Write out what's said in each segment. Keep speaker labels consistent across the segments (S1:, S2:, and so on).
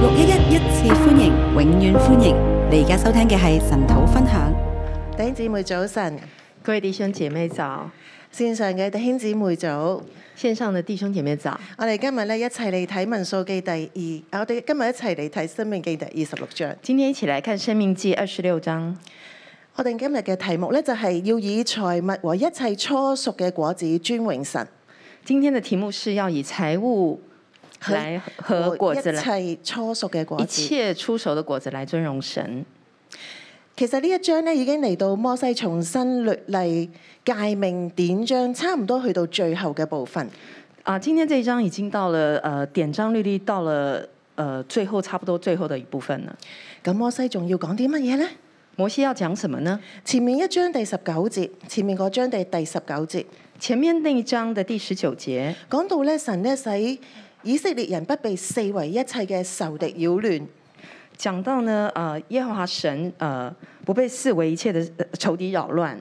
S1: 六一一一次歡迎，永遠歡迎！你而家收聽嘅係神土分享。
S2: 弟兄姊妹早晨，
S3: 各位弟兄姐妹早，
S2: 線上嘅弟兄姊妹早。我
S3: 线上的弟兄姐妹早。
S2: 哋今日咧一齊嚟睇民數記第二，我哋今日一齊嚟睇申命記第二十六章。
S3: 今天一起來看《生命記》二十六章。
S2: 我哋今日嘅題目咧就係要以財物和一切初熟嘅果子尊榮神，
S3: 今天的題目是要以財物來和果子來
S2: 一切初熟嘅果
S3: 一
S2: 子。
S3: 切出手的果子來尊榮神。
S2: 其實呢一章咧已經嚟到摩西重新律例誡命典章，差唔多去到最後嘅部分。
S3: 啊，今天這一章已經到了呃典章律例到了呃最後差不多最後的一部分了。
S2: 咁摩西仲要講啲乜嘢呢？
S3: 摩西要講什麼呢？
S2: 前面一章第十九節，前面嗰章第第十九節。
S3: 前面那一章的第十九節
S2: 講到咧，神咧使以色列人不被四圍一切嘅仇敵擾亂，
S3: 講到呢，呃，耶和華神呃不被視為一切的呃仇敵擾亂。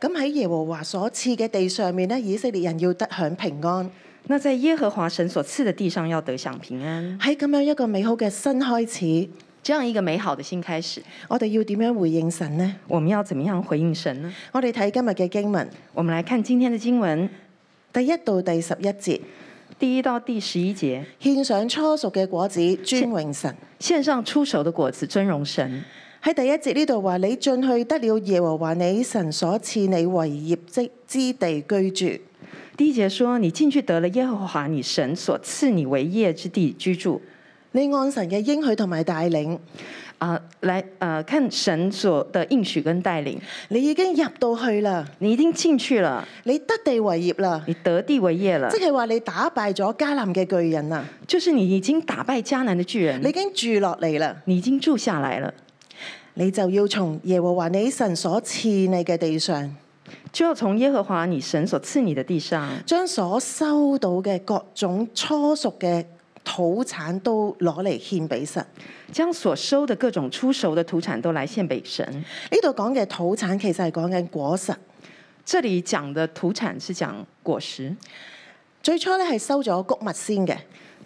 S2: 咁喺耶和華所賜嘅地上面咧，以色列人要得享平安。
S3: 那在耶和華神所賜的地上要得享平安，
S2: 喺咁樣一個美好嘅新開始，
S3: 這樣一個美好的新開始，
S2: 我哋要點樣回應神呢？
S3: 我們要怎麼樣回應神呢？
S2: 我哋睇今日嘅經文
S3: 我們來看今天的經文
S2: 第一到第十一節，
S3: 第一到第十一節，
S2: 獻上初熟嘅果子，尊榮神。
S3: 獻上出手的果子尊榮神。
S2: 喺第一節呢度話：你進去得了耶和華你神所賜你為業績之地居住。
S3: 第一節說：你進去得了耶和華你神所賜你為業之地居住。
S2: 你按神嘅應許同埋帶領，
S3: 啊、來，呃，看神所的應許跟帶領，
S2: 你已經入到去啦。
S3: 你已經進去了，
S2: 你得地為業啦，
S3: 你得地為業了
S2: 即，係話你打敗咗迦南嘅巨人啦，
S3: 就是你已經打敗迦南的巨
S2: 你已
S3: 人，
S2: 經住落嚟啦，
S3: 你已經住下來了，
S2: 你就要從耶和華你神所賜你嘅地上，
S3: 就要從耶和華你神所賜你的地上。
S2: 將所收到嘅各種初熟嘅土產都攞嚟獻俾神。
S3: 将所收的各种出熟的土产都来献给神。
S2: 呢度講嘅土產其實係講緊果實。
S3: 这里讲的土产是讲果实，
S2: 最初咧係收咗谷物先嘅，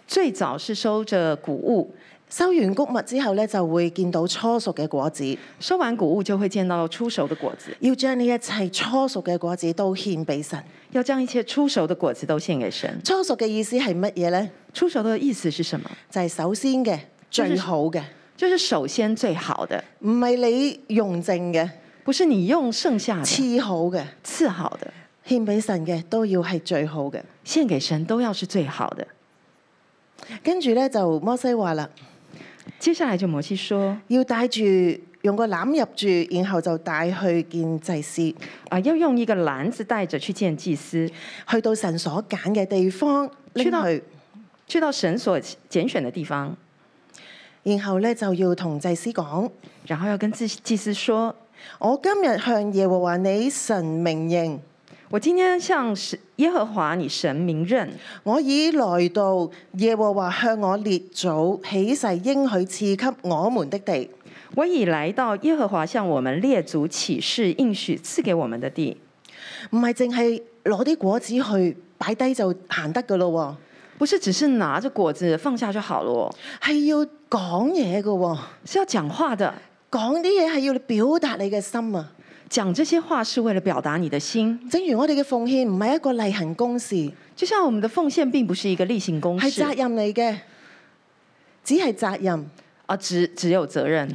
S3: 最早是收着谷物，
S2: 收完谷物之後咧就會見到初熟嘅果子，
S3: 收完谷物就会见到出熟的果子，
S2: 要將呢一切初熟嘅果子都獻俾神。
S3: 要将一切出熟的果子都献给神。
S2: 初熟嘅意思係乜嘢呢？
S3: 出熟的意思是什么？
S2: 就係首先嘅最好嘅，
S3: 就是首先最好的，
S2: 唔係你用剩嘅、
S3: 不是你用剩下的、
S2: 次好嘅、
S3: 次好的
S2: 獻俾神嘅都要係最好嘅。
S3: 献给神，都要是最好的。
S2: 跟住咧就摩西話啦，
S3: 接下来就摩西说
S2: 要帶住用個籃入住，然後就帶去見祭司，
S3: 啊，要用一个篮子带着去见祭司，
S2: 去到神所揀嘅地方拎
S3: 知道
S2: 去，
S3: 去到神所拣选的地方，
S2: 然後咧就要同祭司講：
S3: 然后要跟祭祭司说，
S2: 我今日向耶和華你神明認，
S3: 我今天向神耶和华你神明认，
S2: 我已來到耶和華向我列祖起誓應許賜給我們的地。
S3: 我已来到耶和华向我们列祖起誓应许赐给我们的地，
S2: 唔係淨係攞啲果子去擺低就行得噶咯
S3: 不是只是拿着果子放下就好了哦，
S2: 喎，係要講嘢噶喎，
S3: 是要讲话的。
S2: 講啲嘢係要你表達你嘅心啊。
S3: 讲这些话是为了表達你的心，
S2: 正如我哋嘅奉獻唔係一個例行公事，
S3: 就像我们的奉獻並不是一個例行公
S2: 係
S3: 事
S2: 責任嚟嘅，只係責任，
S3: 啊，只只有責任，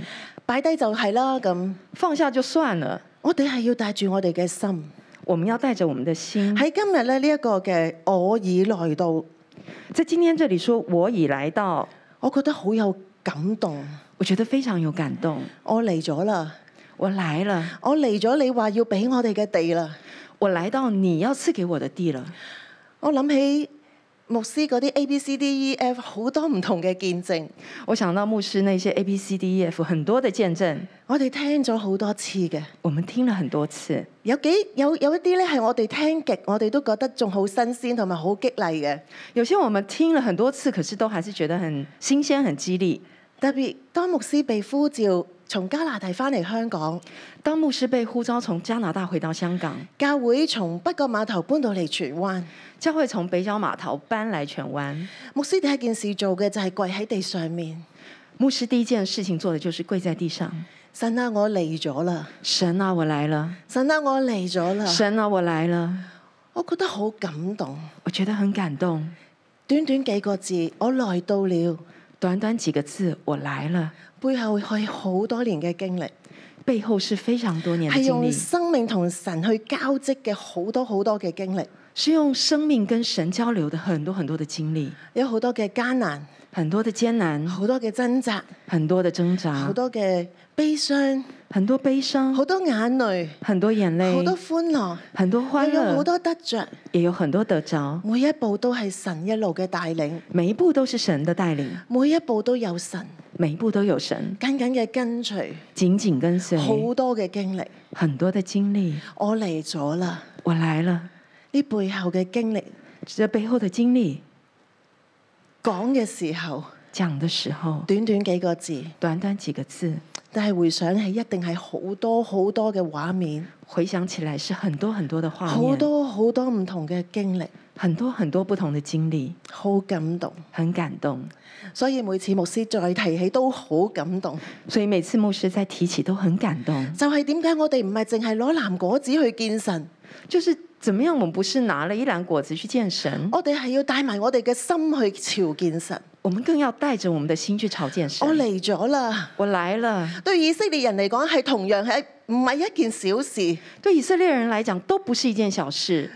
S2: 擺低就係啦咁。
S3: 放下就算了。
S2: 我哋係要帶住我哋嘅心。
S3: 我們要帶着我們的心，
S2: 喺今日咧呢一個嘅我已來到，
S3: 在今天這裡說我已來到，
S2: 我覺得好有感動。
S3: 我覺得非常有感動。
S2: 我嚟咗啦，
S3: 我來了，
S2: 我嚟咗你話要俾我哋嘅地啦。
S3: 我來到你要賜給我的地了。
S2: 我諗起牧師嗰啲 A、B、C、D、E、F 好多唔同嘅見證，
S3: 我想到牧师那些 A B C D E F 很多的見證，
S2: 我哋聽咗好多次嘅。
S3: 我們聽了很多次，
S2: 有幾有有一啲咧係我哋聽極，我哋都覺得仲好新鮮同埋好激勵嘅。
S3: 有些我們聽了很多次，可是都還是覺得很新鮮、很激勵。
S2: 特別當牧師被呼召從加拿大翻嚟香港，
S3: 当牧师被呼召从加拿大回到香港，
S2: 教會從北角碼頭搬到嚟荃灣。
S3: 教会从北角码头搬来荃湾。
S2: 牧師第一件事做嘅就係跪喺地上面，
S3: 牧师第一件事情做的就是跪在地上，
S2: 神啊，我嚟咗啦！
S3: 神啊，我来了，
S2: 神啊，我嚟咗啦！
S3: 神啊，我来了，
S2: 我覺得好感動。
S3: 我觉得很感動。
S2: 短短幾個字，我來到了，
S3: 短短幾個字，我來了，
S2: 背後係好多年嘅經歷，
S3: 背後是非常多年的
S2: 係
S3: 經
S2: 用
S3: 歷，
S2: 生命同神去交織嘅好多好多嘅經歷，
S3: 是用生命跟神交流的很多很多的經歷，
S2: 有好多嘅艱難，
S3: 很多的艱難，
S2: 好多嘅掙扎，
S3: 很多的掙扎
S2: 好，多嘅悲傷，
S3: 很多悲傷，
S2: 好多眼淚，
S3: 很多眼
S2: 好多
S3: 淚，
S2: 歡樂，
S3: 很多歡
S2: 又有好
S3: 樂，
S2: 多得着，
S3: 也有很多得着。
S2: 每一步都係神一路嘅帶領，
S3: 每一步都是神的帶領，
S2: 每一步都有神
S3: 每一步都有神
S2: 緊緊嘅跟隨，
S3: 緊緊跟隨，
S2: 好多嘅經歷，
S3: 很多的經歷。
S2: 我嚟咗啦！
S3: 我來了，
S2: 呢背後嘅經歷
S3: 這背後的經歷
S2: 講嘅時候，
S3: 講的時候，
S2: 短短幾個字。
S3: 短短幾個字，
S2: 但係回想起一定係好多好多嘅畫面，
S3: 回想起來是很多很多的畫
S2: 好
S3: 面，
S2: 多好多唔同嘅經歷，
S3: 很多很多不同的經歷，
S2: 好感動。
S3: 很感動。
S2: 所以每次牧師再提起都好感動。
S3: 所以每次牧師在提起都很感動，
S2: 就係點解我哋唔係淨係攞藍果子去見神，
S3: 就是怎麼樣，我們不是拿了一籃果子去見神，
S2: 我哋係要帶埋我哋嘅心去朝見神。
S3: 我們更要帶着我們的心去朝見神。
S2: 我嚟咗啦。
S3: 我來了，
S2: 對以色列人嚟講係同樣係唔係一件小事？
S3: 對以色列人來講都不是一件小事。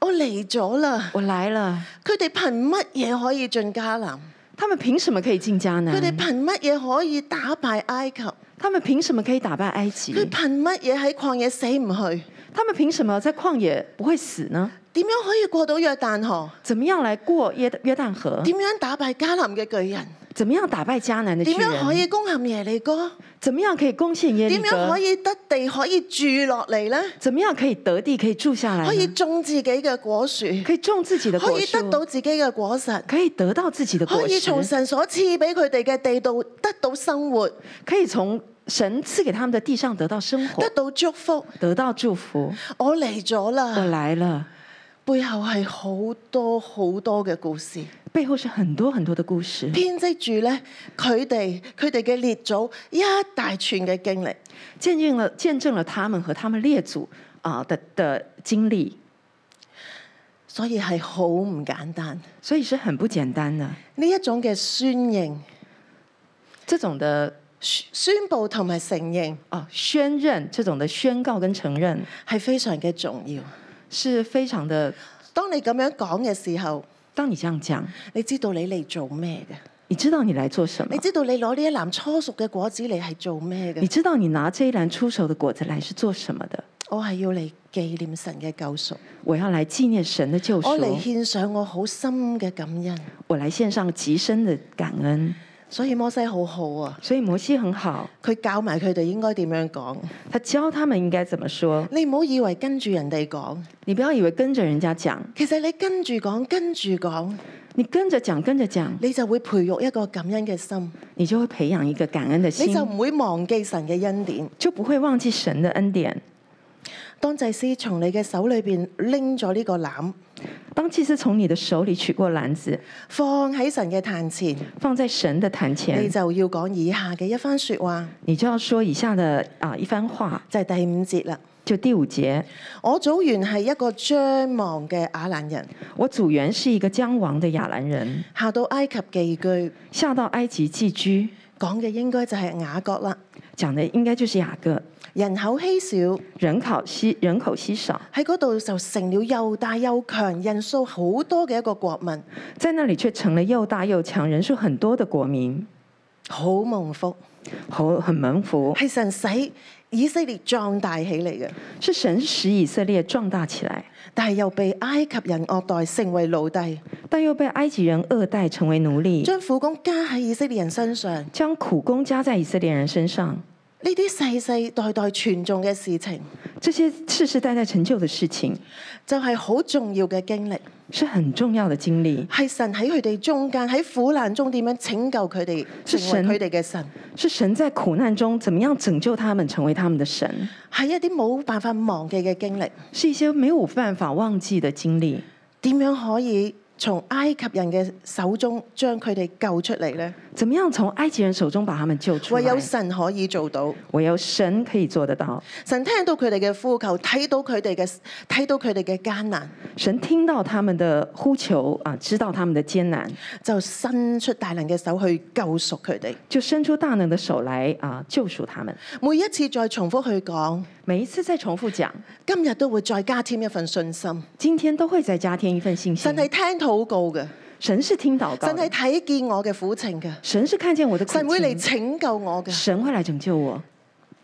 S2: 我嚟咗啦！
S3: 我來了，
S2: 佢哋憑乜嘢可以進迦南？
S3: 他們憑什麼可以進迦
S2: 佢哋
S3: 南？
S2: 憑乜嘢可以打敗埃及？
S3: 他們憑什麼可以打敗埃及？
S2: 佢憑乜嘢喺曠野死唔去？
S3: 他們憑什麼在曠野不會死呢？
S2: 點樣可以過到約旦河？
S3: 怎麼樣來過約約旦河？
S2: 點樣打敗迦南嘅巨人？
S3: 怎麼樣打敗迦南的巨
S2: 點樣可
S3: 人？
S2: 以攻陷耶利哥？
S3: 怎麼樣可以攻陷耶利
S2: 點樣
S3: 哥
S2: 可？以得地可以住落嚟呢？
S3: 怎麼樣可以得地，可以住下來呢？
S2: 可以種自己嘅果樹，
S3: 可以種自己的
S2: 可
S3: 啊果
S2: 以
S3: 樹，
S2: 得到自己嘅果實，
S3: 可以得到自己的
S2: 可
S3: 果
S2: 以從
S3: 實，
S2: 神所賜俾佢哋嘅地度得到生活，
S3: 可以從神賜給他們的地上得到生活
S2: 得，到祝福。
S3: 得到祝福。
S2: 我嚟咗
S3: 我
S2: 啦，
S3: 來了，
S2: 背後係好多好多嘅故事，
S3: 背後是很多很多的故事，
S2: 編織住呢，佢哋佢哋嘅列祖一大串嘅經歷。
S3: 見證了見證了他們和他們列祖啊、的的經歷，
S2: 所以係好唔簡單。
S3: 所以是很不簡單的。
S2: 呢一種嘅宣認、
S3: 這種的
S2: 宣宣佈同埋承認
S3: 啊、宣認，這種的宣告跟承認
S2: 係非常嘅重要。
S3: 是非常的。
S2: 當你咁樣講嘅時候，
S3: 當你這樣講，
S2: 你知道你嚟做咩嘅？
S3: 你知道你來做什麼
S2: 你，知道你攞呢一籃初熟嘅果子你係做咩
S3: 你
S2: 嘅？
S3: 知道你拿這一籃出手的果子來是做什麼的。
S2: 我係要嚟紀念神嘅救贖，
S3: 我要來紀念神的救贖，
S2: 我嚟獻上我好深嘅感恩。
S3: 我來獻上極深的感恩。
S2: 所以摩西好好啊，
S3: 所以摩西很好，
S2: 佢教埋佢哋應該點樣講。
S3: 他教他們應該怎麼說。
S2: 你唔好以為跟住人哋講，
S3: 你不要以為跟着人家講，
S2: 其實你跟住講、跟住講，
S3: 你跟着講、跟着講，
S2: 你就會培育一個感恩嘅心。
S3: 你就會培養一個感恩的
S2: 你
S3: 心
S2: 就，唔會忘記神嘅恩典。
S3: 就不會忘記神的恩典。
S2: 當祭司從你嘅手裏邊拎咗呢個籃，
S3: 當祭司從你的手裡取過籃子，
S2: 放喺神嘅壇前，
S3: 放在神的壇
S2: 你
S3: 前，
S2: 就要講以下嘅一番説話，
S3: 你就要說以下的啊一番話，
S2: 就係、第五節啦。
S3: 就第五節。
S2: 我祖原係一個將亡嘅亞蘭人，
S3: 我祖原是一個將亡的亞蘭人，
S2: 下到埃及寄居，
S3: 下到埃及寄居，
S2: 講嘅應該就係雅各啦。
S3: 講的應該就是雅各。
S2: 人口稀少，
S3: 人口稀人口稀少，
S2: 喺嗰度就成了又大又強、人數好多嘅一個國民，
S3: 在那裡卻成了又大又強、人數很多的國民，
S2: 好蒙福，
S3: 好很蒙福，
S2: 係神使以色列壯大起嚟嘅。
S3: 是神使以色列壯大起來，
S2: 但係又被埃及人惡待，成為奴隸，
S3: 但又被埃及人惡待，成為奴隸，
S2: 將苦工加喺以色列人身上，
S3: 將苦功加在以色列人身上，
S2: 呢啲世世代代傳頌嘅事情，
S3: 这些世世代代成就的事情
S2: 就係好重要嘅經歷，
S3: 是很重要的经历，
S2: 係神喺佢哋中間喺苦難中點樣拯救佢哋，
S3: 是
S2: 成為佢
S3: 神
S2: 哋嘅神，
S3: 是神在苦难中怎么样拯救他们，成为他们的神，
S2: 係一啲冇辦法忘記嘅經歷。
S3: 是一些没有办法忘记的经历。
S2: 點樣可以從埃及人嘅手中將佢哋救出嚟呢？
S3: 怎么样从埃及人手中把他们救出
S2: 唯
S3: 来
S2: 有？神可以做到。
S3: 唯有神可以做得到。
S2: 神聽到佢哋嘅呼求，睇到佢哋嘅睇到佢哋嘅艱難，
S3: 神听到他们的呼求啊，知道他们的艰难，
S2: 就伸出大能嘅手去救贖佢哋。
S3: 就伸出大能的手来啊，救赎他们。
S2: 每一次再重複去講，
S3: 每一次再重复讲，
S2: 今日都會再加添一份信心。
S3: 今天都会再加添一份信心
S2: 神。係聽禱告嘅，
S3: 神是听祷告
S2: 神
S3: 的
S2: 係睇見我嘅苦情嘅，
S3: 神是看见我的苦
S2: 神會嚟
S3: 情，
S2: 拯救我嘅，
S3: 神会来拯救我，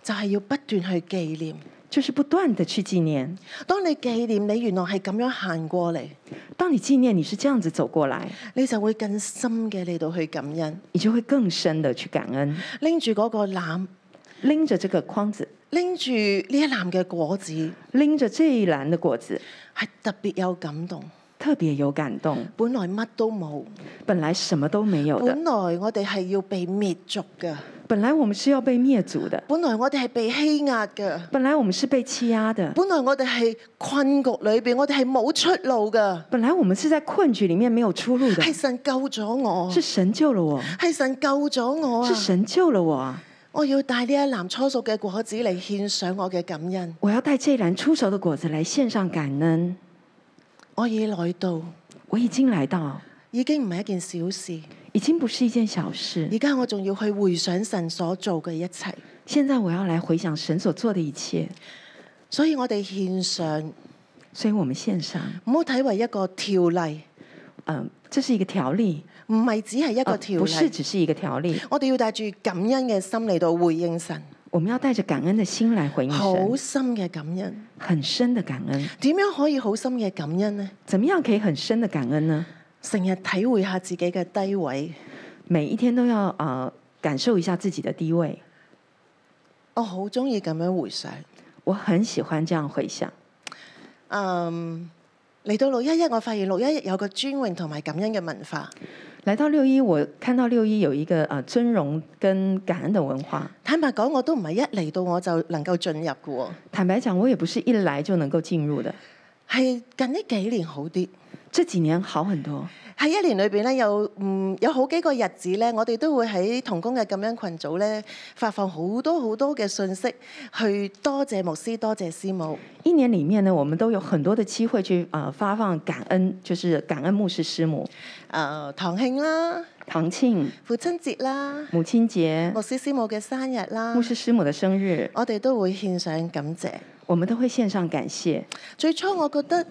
S2: 就係要不斷去紀念。
S3: 就是不断的去纪念。
S2: 當你紀念你原來係咁樣行過嚟，
S3: 当你纪念你是这样子走过来，
S2: 你就會更深嘅嚟到去感恩，
S3: 你就会更深的去感恩。
S2: 拎住嗰個籃，
S3: 拎着这个筐子，
S2: 拎住呢一籃嘅果子，
S3: 拎着这一篮的果子，
S2: 係特別有感動。
S3: 特别有感动。
S2: 本來乜都冇，
S3: 本来什么都没有的，
S2: 本來我哋係要被滅族嘅，
S3: 本来我们是要被灭族的，
S2: 本來我哋係被欺壓嘅。
S3: 本来我们是被欺压的，
S2: 本來我哋係困局裏边，我哋係冇出路噶，
S3: 本来我们是在困局里面没有出路的，
S2: 係神救咗我，
S3: 是神救了我，
S2: 係神救咗我啊
S3: 是！神救了我啊！
S2: 我要帶呢一籃初熟嘅果子嚟獻上我嘅感恩，
S3: 我要带这一篮出手的果子来献上感恩。
S2: 我已來到，
S3: 我已经来到，
S2: 已經唔係一件小事。
S3: 已经不是一件小事
S2: 而。家我仲要去回想神所做嘅一切，
S3: 现在我要来回想神所做的一切，
S2: 所以我哋獻上，
S3: 所以我们献上，
S2: 唔好睇為一個條例，
S3: 嗯、这是一个条例，
S2: 唔係只係一個
S3: 呃
S2: 條
S3: 不是
S2: 哦例。
S3: 只是一个条例，
S2: 我哋要帶住感恩嘅心嚟到回應神，
S3: 我们要带着感恩的心来回应
S2: 好
S3: 神，
S2: 深嘅感恩。
S3: 很深的感恩。
S2: 點樣可以好深嘅感恩呢？
S3: 怎么样可以很深的感恩呢？
S2: 成日體會下自己嘅低位。
S3: 每一天都要呃感受一下自己的低位。
S2: 我哦好中意咁樣回想。
S3: 我很喜欢这样回想。
S2: 嗯，嚟到六一一，我發現六一一有個尊榮同埋感恩嘅文化。
S3: 来到六一，我看到六一有一个呃尊荣跟感恩的文化。
S2: 坦白講，我都唔係一嚟到我就能夠進入嘅喎，
S3: 坦白讲，我也不是一来就能够进入的。
S2: 係近呢幾年好啲。
S3: 这几年好很多，
S2: 喺一年裏邊咧，有嗯有好幾個日子咧，我哋都會喺童工嘅感恩群組咧發放好多好多嘅信息，去多謝牧師，多謝師母。
S3: 一年里面呢，我们都有很多的机会去呃发放感恩，就是感恩牧师师母、
S2: 誒、呃堂慶啦、
S3: 堂庆、
S2: 父親節啦、
S3: 母亲节、
S2: 牧師師母嘅生日啦
S3: 牧，师师母的生日，
S2: 我哋都會獻上感謝。
S3: 我们都会献上感谢。
S2: 最初我覺得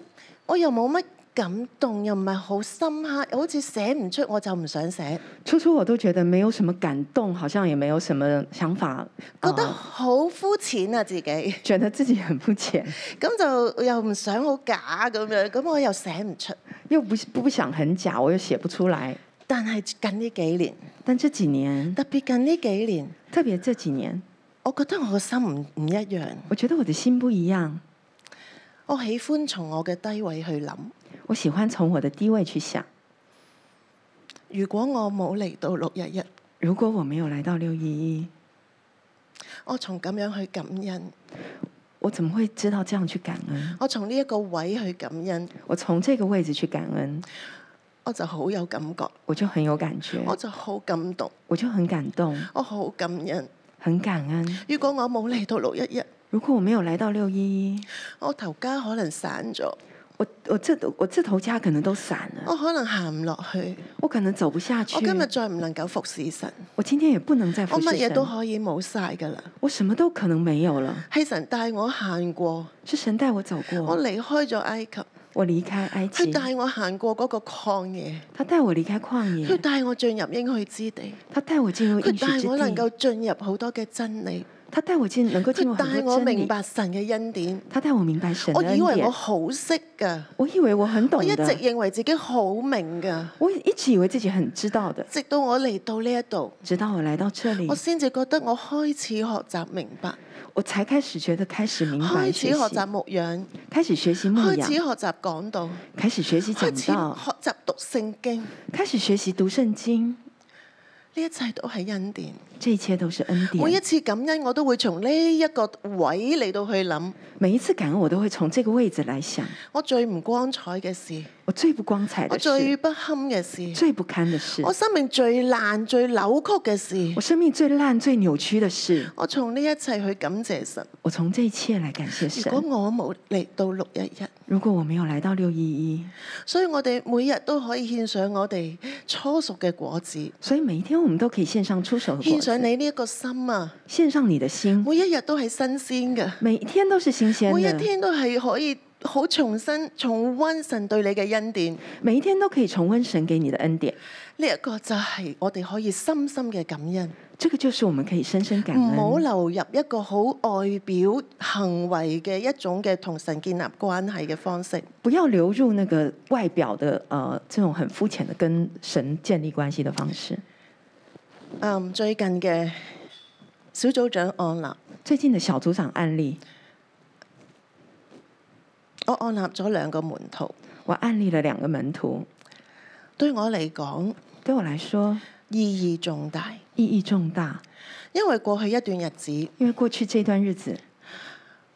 S2: 我又冇乜感動，又唔係好深刻，又好似寫唔出，我就唔想寫，
S3: 初初我都觉得没有什么感动，好像也没有什么想法，
S2: 覺得
S3: 呃
S2: 好膚淺啊自己， 咁
S3: 觉得自己很肤浅，
S2: 就又唔想好假咁樣，咁我又寫唔出。
S3: 又不不不想很假，我又写不出来。
S2: 但係近呢幾年，
S3: 但这几年，
S2: 特別近呢幾年，
S3: 特别这几年，
S2: 我覺得我個心唔唔一樣，
S3: 我觉得我的心不一样。
S2: 我喜歡從我嘅低位去諗。
S3: 我喜欢从我的低位去想，
S2: 如果我冇嚟到六日一，
S3: 如果我没有来到六一一，
S2: 我從咁樣去感恩，
S3: 我怎么会知道这样去感恩？
S2: 我從呢一個位去感恩，
S3: 我从这个位置去感恩，
S2: 我就好有感覺，
S3: 我就很有感觉，
S2: 我就好感動，
S3: 我就很感动，
S2: 我好感恩。
S3: 很感恩。
S2: 如果我冇嚟到六一一，
S3: 如果我没有来到六一一，
S2: 我頭家可能散咗，
S3: 我我这我这头家可能都散了，
S2: 我可能行唔落去，
S3: 我可能走不下去。
S2: 我今日再唔能夠服侍神，
S3: 我今天也不能再服
S2: 我
S3: 侍
S2: 乜嘢
S3: 神，
S2: 哦都可以冇晒㗎啦。
S3: 我什么都可能没有了。
S2: 係神帶我行過，
S3: 是神带我走
S2: 我
S3: 过，
S2: 離開咗埃及，
S3: 我离开埃及
S2: 哦佢，帶我行過嗰個曠野，
S3: 他带我离开旷
S2: 佢
S3: 野，
S2: 帶我進入應許之地，
S3: 他带我进入应
S2: 佢
S3: 许之
S2: 帶我能
S3: 地
S2: 夠，進入好多嘅真理，
S3: 他带我进，能够进入
S2: 佢
S3: 很
S2: 帶
S3: 多
S2: 我
S3: 真
S2: 明
S3: 理。
S2: 白神嘅恩典，
S3: 他带我明白神
S2: 我
S3: 的
S2: 以
S3: 恩
S2: 為我
S3: 典。
S2: 好識㗎，
S3: 我以為我很懂
S2: 我一直
S3: 的，
S2: 認為自己好明㗎，
S3: 我一直以為自己很知道的，
S2: 直到我嚟到呢一度，
S3: 直到我來到這裡
S2: 我，先至覺得我開始學習明白，
S3: 我才開始覺得開始明白
S2: 開始
S3: 學
S2: 學習
S3: 習，
S2: 牧養，
S3: 開始學習牧
S2: 開始
S3: 養，
S2: 學習講道，
S3: 開始學習
S2: 開始
S3: 講道，
S2: 學習讀聖經，呢
S3: 開始學習讀聖經，
S2: 一切都係恩典。
S3: 這一切都是恩
S2: 每一
S3: 典。
S2: 次感恩，我都會從呢一個位嚟到去諗，
S3: 每一次感恩，我都會從這個位置來想，
S2: 我最唔光彩嘅事，
S3: 我最不光彩
S2: 我
S3: 的
S2: 最
S3: 事，
S2: 不堪嘅事，
S3: 最不堪的事
S2: 我，生命最爛、最扭曲嘅事
S3: 我。生命最爛、最扭曲的事，
S2: 我從呢一切去感謝神。
S3: 我從這一切來感謝
S2: 如果
S3: 神。
S2: 我冇嚟到六一一，
S3: 如果我沒有來到六一一，
S2: 所以我哋每日都可以獻上我哋初熟嘅果子，
S3: 所以每一天我們都可以獻上出手的果
S2: 獻上
S3: 子，
S2: 你呢一個心啊！
S3: 獻上你的心，
S2: 每一日都係新鮮嘅，
S3: 每一天都啊是新鮮
S2: 每一
S3: 的，
S2: 天都係可以好重新重温神對你嘅恩典。
S3: 每一天都可以重溫神給你的恩典。
S2: 呢、一個就係我哋可以深深嘅感恩。
S3: 這個就是我們可以深深感
S2: 唔好
S3: 恩，
S2: 流入一個好外表行為嘅一種嘅同神建立關係嘅方式。
S3: 不要流入那個外表的呃這種很膚淺的跟神建立關係的方式。
S2: 嗯，最近嘅小組長按立，
S3: 最近的小組長案例，
S2: 我按立咗兩個門徒。
S3: 我案例了兩個門徒，
S2: 對我嚟講
S3: 對我來說
S2: 意義重大，
S3: 意義重大，
S2: 因為過去一段日子，
S3: 因為過去這段日子，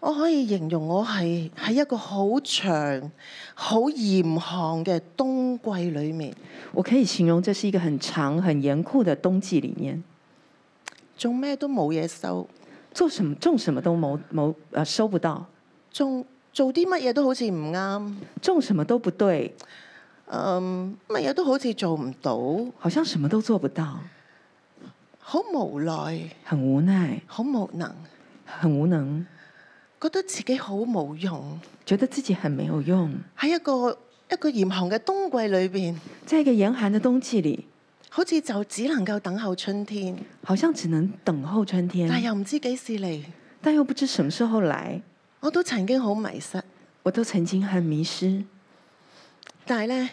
S2: 我可以形容我係喺一個好長、好嚴寒嘅冬季裏面，
S3: 我可以形容這是一個很長、很嚴酷的冬季裡面，
S2: 種咩都冇嘢收，
S3: 做什麼種什麼都謀謀呃收不到，
S2: 種做啲乜嘢都好似唔啱，
S3: 種什麼都不對，
S2: 嗯，乜嘢都好似做唔到。
S3: 好像什麼都做不到，
S2: 好無奈，
S3: 很無奈，
S2: 好無能，
S3: 很無能，
S2: 覺得自己好冇用，
S3: 覺得自己很沒有用。
S2: 喺一個一個嚴寒嘅冬季裏邊，
S3: 在一個嚴寒的冬季裡，
S2: 好似就只能夠等候春天，
S3: 好像只能等候春天，
S2: 但又唔知幾時嚟。
S3: 但又不知什麼時候來。
S2: 我都曾經好迷失，
S3: 我都曾經很迷失，
S2: 但係呢，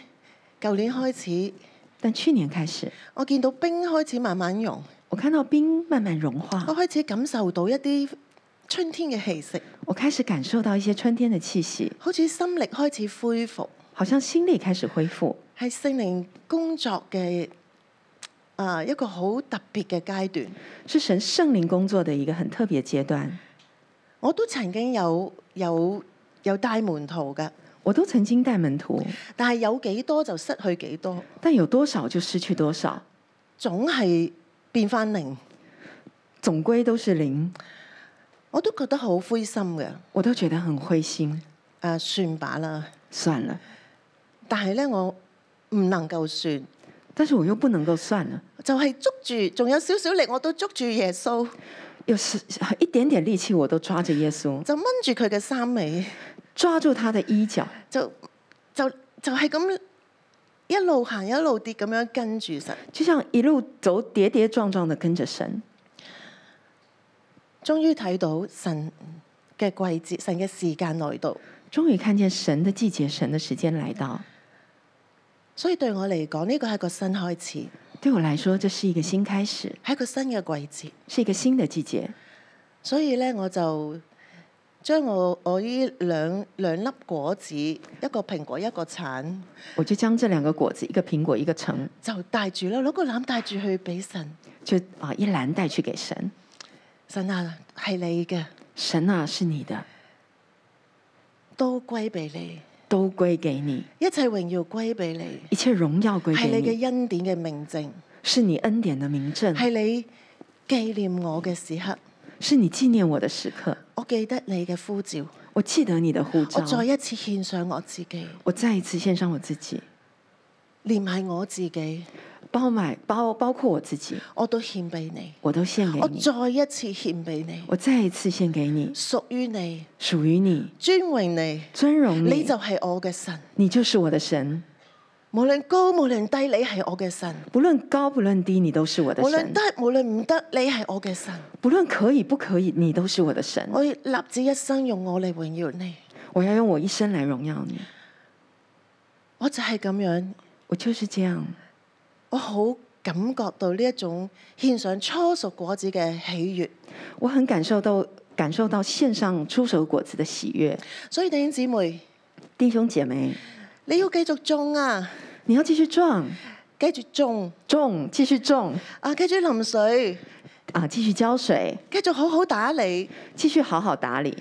S2: 舊年開始，
S3: 但去年開始，
S2: 我見到冰開始慢慢融，
S3: 我看到冰慢慢融化
S2: 我，開始感受到一啲春天嘅氣息，
S3: 我開始感受到一些春天的氣息，
S2: 好似心力開始恢復，
S3: 好像心力開始恢復，
S2: 係聖靈工作嘅啊、一個好特別嘅階段。
S3: 是神聖靈工作的一個很特別階段。
S2: 我都曾經有有有帶門徒嘅，
S3: 我都曾經帶門徒，
S2: 但係有幾多就失去幾多，
S3: 但有多少就失去多少，
S2: 總係變翻零。
S3: 總歸都是零。
S2: 我都覺得好灰心嘅，誒、
S3: 我都覺得很灰心，
S2: 算吧啦。
S3: 算了，
S2: 但係咧，我唔能夠算，
S3: 但是我又不能夠算了，
S2: 就係、捉住，仲有少少力，我都捉住耶穌，
S3: 有是一點點力氣我都抓着耶穌。
S2: 就掹住佢嘅衫尾，
S3: 抓住他的衣角，
S2: 就就就係、咁一路行一路跌咁樣跟住神，
S3: 就像一路走跌跌撞撞的跟着神。
S2: 終於睇到神嘅季節，神嘅時間來到。
S3: 終於看見神的季節，神的時間來到。
S2: 所以對我嚟講，呢個係一個新開始，
S3: 對我來說，這是一個新開始，
S2: 係一個新嘅季節。
S3: 是一個新的季節。
S2: 所以咧，我就將我我呢兩兩粒果子，一個蘋果一個橙，
S3: 我就將這兩個果子，一個蘋果，一個橙，
S2: 就帶住啦，攞個籃帶住去俾神。
S3: 就啊一籃帶去給神。
S2: 神啊，係你嘅，
S3: 神啊，是你的，
S2: 都歸俾你，
S3: 都歸給你，
S2: 一切榮耀歸俾你，
S3: 一切榮耀歸
S2: 係
S3: 給
S2: 你
S3: 你，
S2: 嘅恩典嘅明證，
S3: 是你恩典的明證，
S2: 係你紀念我嘅時刻。
S3: 是你紀念我的時刻。
S2: 我記得你嘅呼召，
S3: 我記得你的呼
S2: 我
S3: 召，
S2: 再一次獻上我自己，
S3: 我再一次獻上我自己，
S2: 連埋我自己，
S3: 包埋包包括我自己，
S2: 我都獻俾你。
S3: 我都獻給
S2: 我
S3: 你。
S2: 再一次獻俾你，
S3: 我再一次獻給你，
S2: 屬於你，
S3: 屬於你，
S2: 尊榮你，
S3: 尊榮你，
S2: 你就係我嘅神，
S3: 你就是我的神，
S2: 無論高無論低，你係我嘅神；
S3: 不論高不論低，你都是我的
S2: 無論
S3: 神
S2: 得；無論唔得，你係我嘅神。
S3: 不論可以不可以，你都是我的神。
S2: 我立志一生用我嚟榮耀你，
S3: 我要用我一生來榮耀你。
S2: 我就係咁樣，
S3: 我就是這樣，
S2: 我好感覺到呢一種獻上初熟果子嘅喜悦。
S3: 我很感受到感受到獻上出手果子的喜悅。
S2: 所以弟兄姊妹，
S3: 弟兄姐妹，
S2: 你要繼續種啊，
S3: 你要繼續種，
S2: 繼續種
S3: 種繼續種
S2: 啊，繼續淋水，
S3: 啊，繼續澆水，
S2: 繼續好好打理，
S3: 繼續好好打理，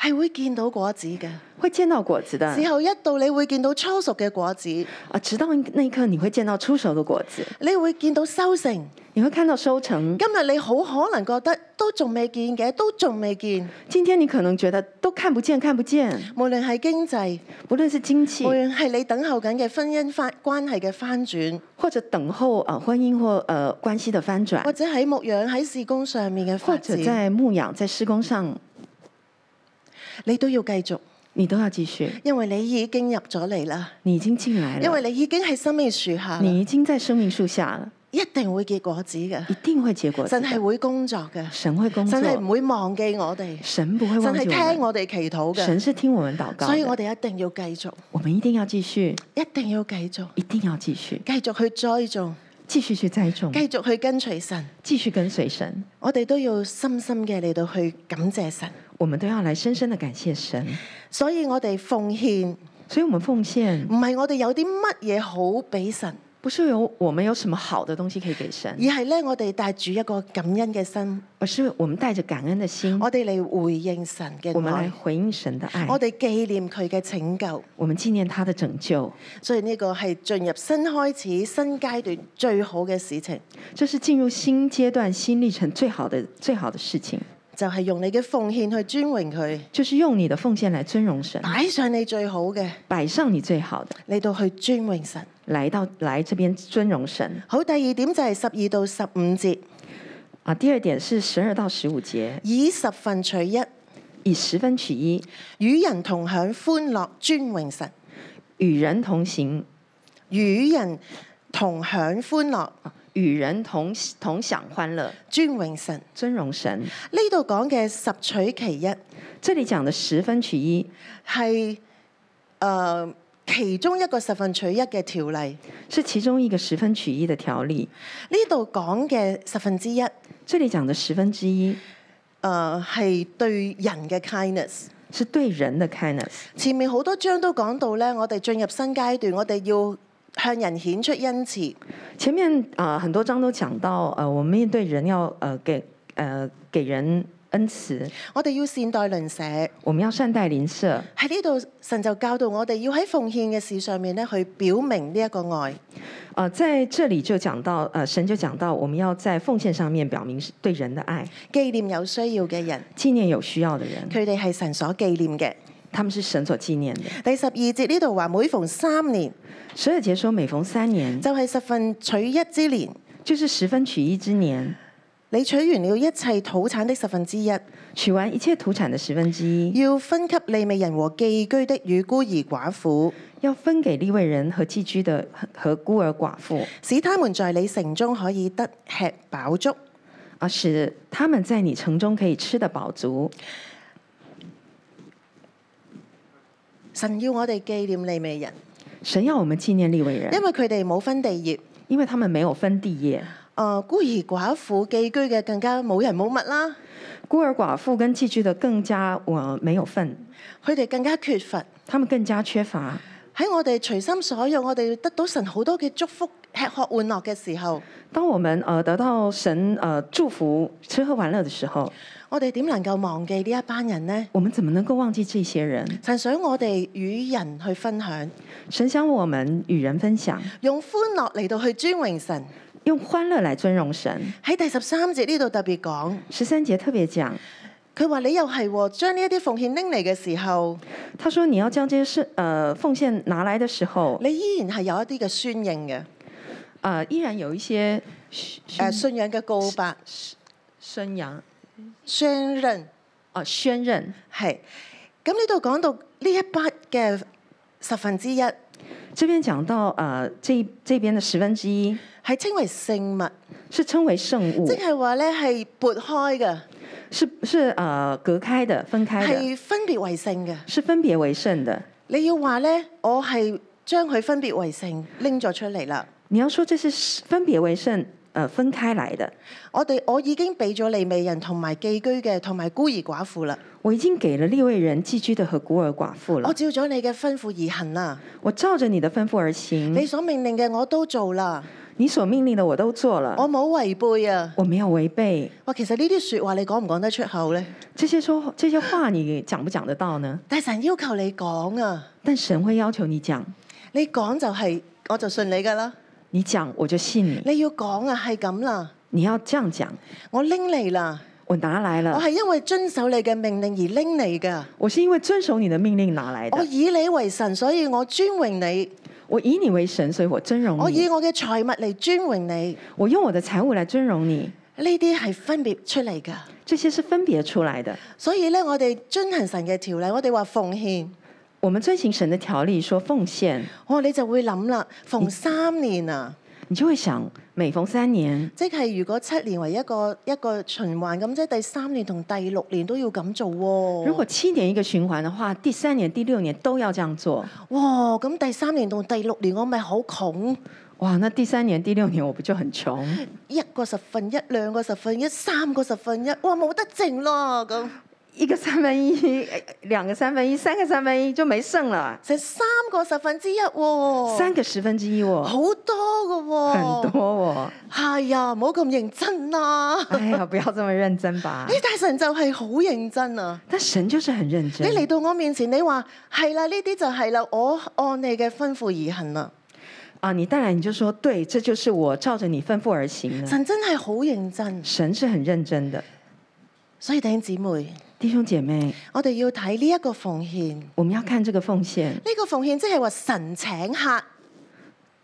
S2: 係會見到果子嘅。
S3: 會見到果子的
S2: 時候一到，你會見到初熟嘅果子，
S3: 啊！直到那一刻，你會見到出手的果子，
S2: 你會見到收成。
S3: 你會看到收成。
S2: 今日你好可能覺得都仲未見嘅，都仲未見。
S3: 今天你可能覺得都看不見，看不見，
S2: 無論係經濟，
S3: 不論是經
S2: 無
S3: 濟
S2: 論係你等候緊嘅婚姻翻關係嘅翻轉，
S3: 或者等候啊婚姻或呃關係的翻轉
S2: 或，者喺牧養喺事工上面嘅
S3: 或
S2: 發
S3: 者
S2: 展，
S3: 在牧養、在施工上，
S2: 你都要繼續，
S3: 你都要繼續。
S2: 因為你已經入咗嚟啦，
S3: 你已經進來
S2: 因
S3: 了，
S2: 為你已經喺生命樹下啦，
S3: 你已經在生命樹下了，
S2: 一定會結果子嘅。
S3: 一定會結果子
S2: 神
S3: 的。
S2: 係會工作嘅，
S3: 神會工作
S2: 神，係唔會忘記我哋，
S3: 神不會
S2: 神
S3: 忘記
S2: 係聽
S3: 我
S2: 我哋祈禱
S3: 們。神
S2: 嘅，
S3: 是聽我們禱告
S2: 所以我
S3: 的，
S2: 哋一定要繼續，
S3: 我們一定要繼續，
S2: 一定要繼續，
S3: 一定要繼續，
S2: 繼續去栽種，
S3: 繼續去栽種，
S2: 繼續去跟隨神。
S3: 繼續跟隨神。
S2: 我哋都要深深嘅嚟到去感謝神，
S3: 我們都要來深深的感謝神，
S2: 所以我哋奉獻
S3: 所以我們奉獻
S2: 唔係我哋有啲乜嘢好俾神，
S3: 不是有我們有什麼好的東西可以給神
S2: 而，係咧我哋帶住一個感恩嘅心，
S3: 而是我們帶着感恩的心，
S2: 我哋嚟回應神嘅
S3: 我們來
S2: 愛，
S3: 回應神的愛，
S2: 我哋紀念佢嘅拯救，
S3: 我們紀念他的拯救，
S2: 所以呢個係進入新開始、新階段最好嘅事情，
S3: 这是進入新階段、新歷程最好的最好的事情，
S2: 就係、用你嘅奉獻去尊榮佢，
S3: 就是用你的奉獻來尊榮神，
S2: 擺上你最好嘅
S3: 擺上你最好的，
S2: 嚟到去尊榮神。
S3: 來到來這邊尊榮神
S2: 好，第二點就係十二到十五節，
S3: 啊。第二點是十二到十五節，
S2: 以十份取一。
S3: 以十分取一，
S2: 與人同享歡樂尊榮神，
S3: 與人同行，
S2: 與人同享歡樂
S3: 與人同同享歡樂，
S2: 尊榮神。
S3: 尊榮神。
S2: 呢度講嘅十取其一
S3: 這裡講的十分取一，
S2: 係呃其中一個十分取一嘅條例。
S3: 是其中一個十分取一的條例。
S2: 呢度講嘅十分之一，
S3: 這裡講的十分之一
S2: 呃係對人嘅 kindness。
S3: 是對人的 kindness。
S2: 前面好多章都講到咧，我哋進入新階段，我哋要向人顯出恩慈。
S3: 前面啊、呃很多章都講到，呃，我們面對人要呃給呃給人恩慈，
S2: 我哋要善待鄰舍。
S3: 我們要善待鄰舍。
S2: 喺呢度，神就教導我哋要喺奉獻嘅事上面咧，去表明呢一個愛。
S3: 呃，在這裡就講到，呃，神就講到，我們要在奉獻上面表明是對人的愛，
S2: 紀念有需要嘅人，
S3: 紀念有需要的人，
S2: 佢哋係神所紀念嘅。
S3: 他們是神所紀念的。
S2: 第十二節呢度話，每逢三年
S3: 十二節說，每逢三年，
S2: 就係、十分取一之年，
S3: 就是十分取一之年，
S2: 你取完了一切土產的十分之一，
S3: 取完一切土產的十分之一，
S2: 要分給利未人和寄居的與孤兒寡婦，
S3: 要分給利未人和寄居的和和孤兒寡婦，
S2: 使他們在你城中可以得吃飽足。
S3: 而啊使他們在你城中可以吃得飽足。
S2: 神要我哋紀念利未人，
S3: 神要我們紀念利未人
S2: 因，為佢哋冇分地業。
S3: 因為他們沒有分地業，
S2: 誒、孤兒寡婦寄居嘅更加冇人冇物啦，
S3: 孤兒寡婦跟寄居的更加我、呃没有份，
S2: 佢哋更加缺乏。
S3: 他們更加缺乏。
S2: 喺我哋隨心所欲，我哋得到神好多嘅祝福、吃喝玩樂嘅時候，
S3: 當我們呃得到神呃祝福、吃喝玩樂的時候，
S2: 我哋點能夠忘記呢一班人呢？
S3: 我們怎麼能夠忘記這些人？
S2: 神想我哋與人去分享，
S3: 神想我們與人分享，
S2: 用歡樂嚟到去尊榮神。
S3: 用歡樂來尊榮神。
S2: 喺第十三節呢度特別講，
S3: 十三節特別講，
S2: 佢話你又係喎將呢一啲奉獻拎嚟嘅時候，
S3: 他說你要將這些事呃奉獻拿來的時候，
S2: 你依然係有一啲嘅宣認嘅，誒、
S3: 呃依然有一些宣
S2: 信仰嘅告白、
S3: 宣揚
S2: 宣認
S3: 呃宣認。
S2: 係。咁呢度講到呢一筆嘅十分之一，
S3: 這这边讲到呃这这边的十分之一
S2: 係稱為聖物，
S3: 是称为圣物
S2: 即，係話咧係撥開嘅，
S3: 是是呃隔开的、分开的，
S2: 係分別為聖嘅。
S3: 是分别为圣的。
S2: 你要話咧，我係將佢分別為聖拎咗出嚟啦。
S3: 你要说这是分别为圣，呃分开来的。
S2: 我哋我已經俾咗利未人同埋寄居嘅同埋孤兒寡婦啦，
S3: 我已经给了立位人寄居的和孤儿寡妇了
S2: 我，照咗你嘅吩咐而行啦，
S3: 我照着你的吩咐而行，
S2: 你
S3: 你
S2: 所命令嘅我都做啦，
S3: 所命令的我都做了，
S2: 我冇違背啊。
S3: 我没有违背。
S2: 哇，其實呢啲説話你講唔講得出口咧？
S3: 这些说这些话，你讲不讲得到呢？
S2: 但係神要求你講啊，
S3: 但神会要求你讲，
S2: 你講就係、我就信你噶啦。
S3: 你讲我就信你。
S2: 你要講啊，係咁啦，
S3: 你要这样讲，
S2: 我拎嚟啦，
S3: 我拿来
S2: 我
S3: 了，
S2: 係因為遵守你嘅命令而拎嚟噶。
S3: 我是因为遵守你的命令拿来
S2: 我
S3: 的。
S2: 以你為神，所以我尊榮你；
S3: 我以你为神，所以我尊
S2: 我
S3: 荣
S2: 以
S3: 你。
S2: 我嘅財物嚟尊榮你。
S3: 我用我的财物来尊荣你，
S2: 呢啲係分別出嚟㗎。
S3: 这些是分别出来的。
S2: 所以咧，我哋遵行神嘅條例，我哋話奉獻，
S3: 我们遵行神的条例，说奉献，
S2: 我你就會諗啦，逢三年啊，
S3: 你就会想，每逢三年，
S2: 即係如果七年為一個一個循環咁，即係第三年同第六年都要咁做喎、
S3: 如果七年一个循环的话，第三年、第六年都要这样做。
S2: 哇，咁第三年同第六年我咪好窮，
S3: 哇，那第三年、第六年我不就很穷？
S2: 一個十分一，兩個十分一，三個十分一，哇冇得剩咯咁，
S3: 一个三分一， 两个三分一，三个三分一就没剩了，
S2: 成三個十分之一喎、
S3: 三个十分之一哦，
S2: 好多㗎喎、
S3: 很多 哦。
S2: 係啊，唔好咁認真啦、
S3: 哎呀，不要这么认真吧
S2: 呢。大神就係好認真啊！
S3: 但神就是很认
S2: 你
S3: 真。
S2: 嚟到我面前，你話係啦，呢啲就係啦，我按你嘅吩咐而行啦。
S3: 啊，你当然你就说，对，这就是我照着你吩咐而行的。
S2: 神真係好認真，
S3: 神是很认真的，
S2: 所以弟兄姊妹，
S3: 弟兄姐妹，
S2: 我哋要睇呢一個奉獻。呢、
S3: 我們要看这个奉献，
S2: 個奉獻即係話神請客，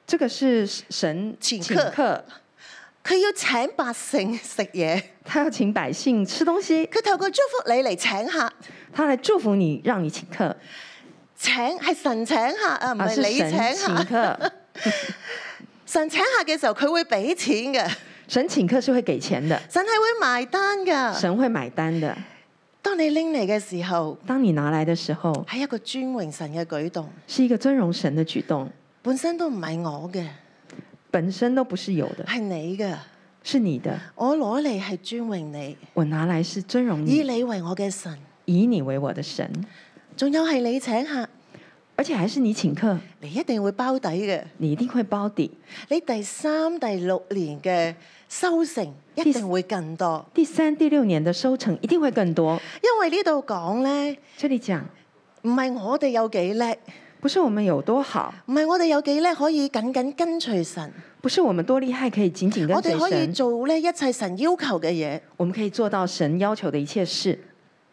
S3: 这个是神
S2: 请
S3: 请
S2: 客
S3: 客，
S2: 佢要請百姓食嘢，
S3: 他要请百姓吃东西，
S2: 佢透過祝福你嚟請客。
S3: 他来祝福你，让你请客，
S2: 請係神請客啊，唔
S3: 啊，
S2: 係
S3: 是
S2: 你
S3: 神
S2: 請
S3: 请
S2: 客。
S3: 客，
S2: 神請客嘅時候，佢會俾錢嘅，
S3: 神请客是会给钱的，
S2: 神係會埋單㗎。
S3: 神会买单的。
S2: 當你拎嚟嘅時候，
S3: 当你拿来的时候，
S2: 係一個尊榮神嘅舉動，
S3: 是一个尊荣神的举动，
S2: 本身都唔係我嘅，
S3: 本身都不是有的，
S2: 係你嘅。
S3: 是你的。
S2: 我攞嚟係尊榮你，
S3: 我拿来是尊荣
S2: 以
S3: 你，
S2: 你為我嘅神，
S3: 以你为我的神，
S2: 仲有係你請客，
S3: 而且还是你请客，
S2: 你一定會包底嘅。
S3: 你一定会包底。
S2: 你第三、第六年嘅收成一定會更多，
S3: 第三、第六年的收成一定会更多。
S2: 因為呢度講呢，
S3: 这里讲，
S2: 唔係我哋有幾叻，
S3: 不是我们有多好，
S2: 唔係我哋有幾叻可以緊緊跟隨神，
S3: 不是我们多厉害可以紧紧跟
S2: 我
S3: 随
S2: 哋哦可以
S3: 神，
S2: 做呢一切神要求嘅嘢，
S3: 我们可以做到神要求的一切事，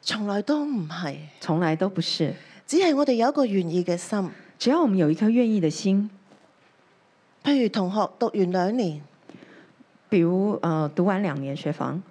S2: 從來都唔係，
S3: 从来都不是。
S2: 只係我哋有一個願意嘅心。
S3: 只要我们有一颗愿意的心，
S2: 譬如同學讀完兩年，
S3: 比如呃，读完两年学房，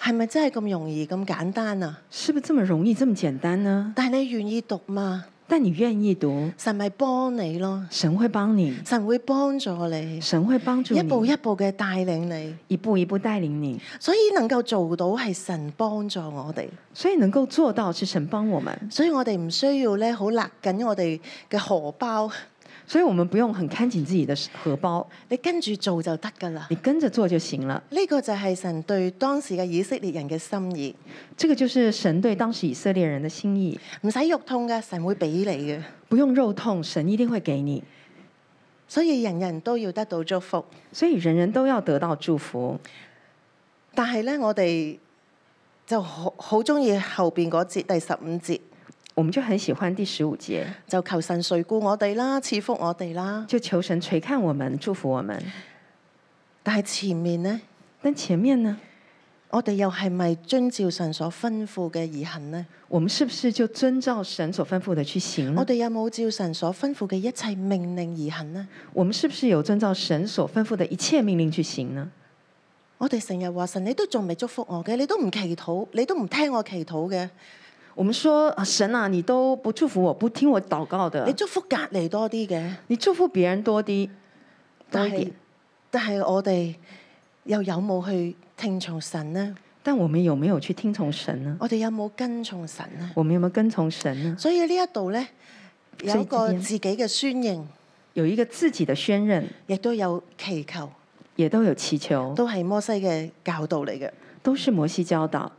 S2: 係咪真係咁容易咁簡單啊？
S3: 是不是这么容易这么简单呢？
S2: 但係你願意讀嘛？
S3: 但你愿意读，
S2: 神咪幫你咯，
S3: 神会帮你，
S2: 神會幫助你，
S3: 神会帮助你，
S2: 一步一步嘅帶領你，
S3: 一步一步带领你，
S2: 所以能夠做到係神幫助我哋，
S3: 所以能够做到是神帮我们，
S2: 所以我哋唔需要咧好勒緊我哋嘅荷包，
S3: 所以我们不用很看紧自己的荷包，
S2: 你跟住做就得㗎啦。
S3: 你跟着做就行了。
S2: 呢、個就係神對當時嘅以色列人嘅心意，
S3: 这个就是神对当时以色列人的心意，
S2: 唔使肉痛㗎，神會俾你嘅。
S3: 不用肉痛，神一定会给你。
S2: 所以人人都要得到祝福，
S3: 所以人人都要得到祝福。
S2: 但係咧我哋就好好中意後邊嗰節第十五節，
S3: 我们就很喜欢第十五节，
S2: 就求神垂顧我哋啦，賜福我哋啦。
S3: 就求神垂看我们，祝福我们。
S2: 但係前面呢，
S3: 但前面呢，
S2: 我哋又係咪遵照神所吩咐嘅而行呢？
S3: 我们是不是就遵照神所吩咐的去行呢
S2: 我？哋有冇照神所吩咐嘅一切命令而行呢？
S3: 我们是不是有遵照神所吩咐的一切命令去行呢？
S2: 我哋成日話神，你都仲未祝福我嘅，你都唔祈禱，你都唔聽我祈禱嘅，
S3: 我们说啊，神啊，你都不祝福我，不听我祷告的
S2: 你，祝福隔離多啲嘅，
S3: 你祝福别人多啲，多
S2: 但
S3: 一
S2: 係
S3: 点。
S2: 但係我哋又有冇去聽從神呢？
S3: 但我们有没有去听从神呢？
S2: 我哋有冇跟從神呢？
S3: 我们有没有跟从神呢？
S2: 所以呢一度呢，有一個
S3: 所以這邊
S2: 自己嘅宣認，
S3: 有一个自己的宣认，
S2: 亦都有祈求，
S3: 也都有祈求，
S2: 都係摩西嘅教導嚟嘅。
S3: 都是摩西教导。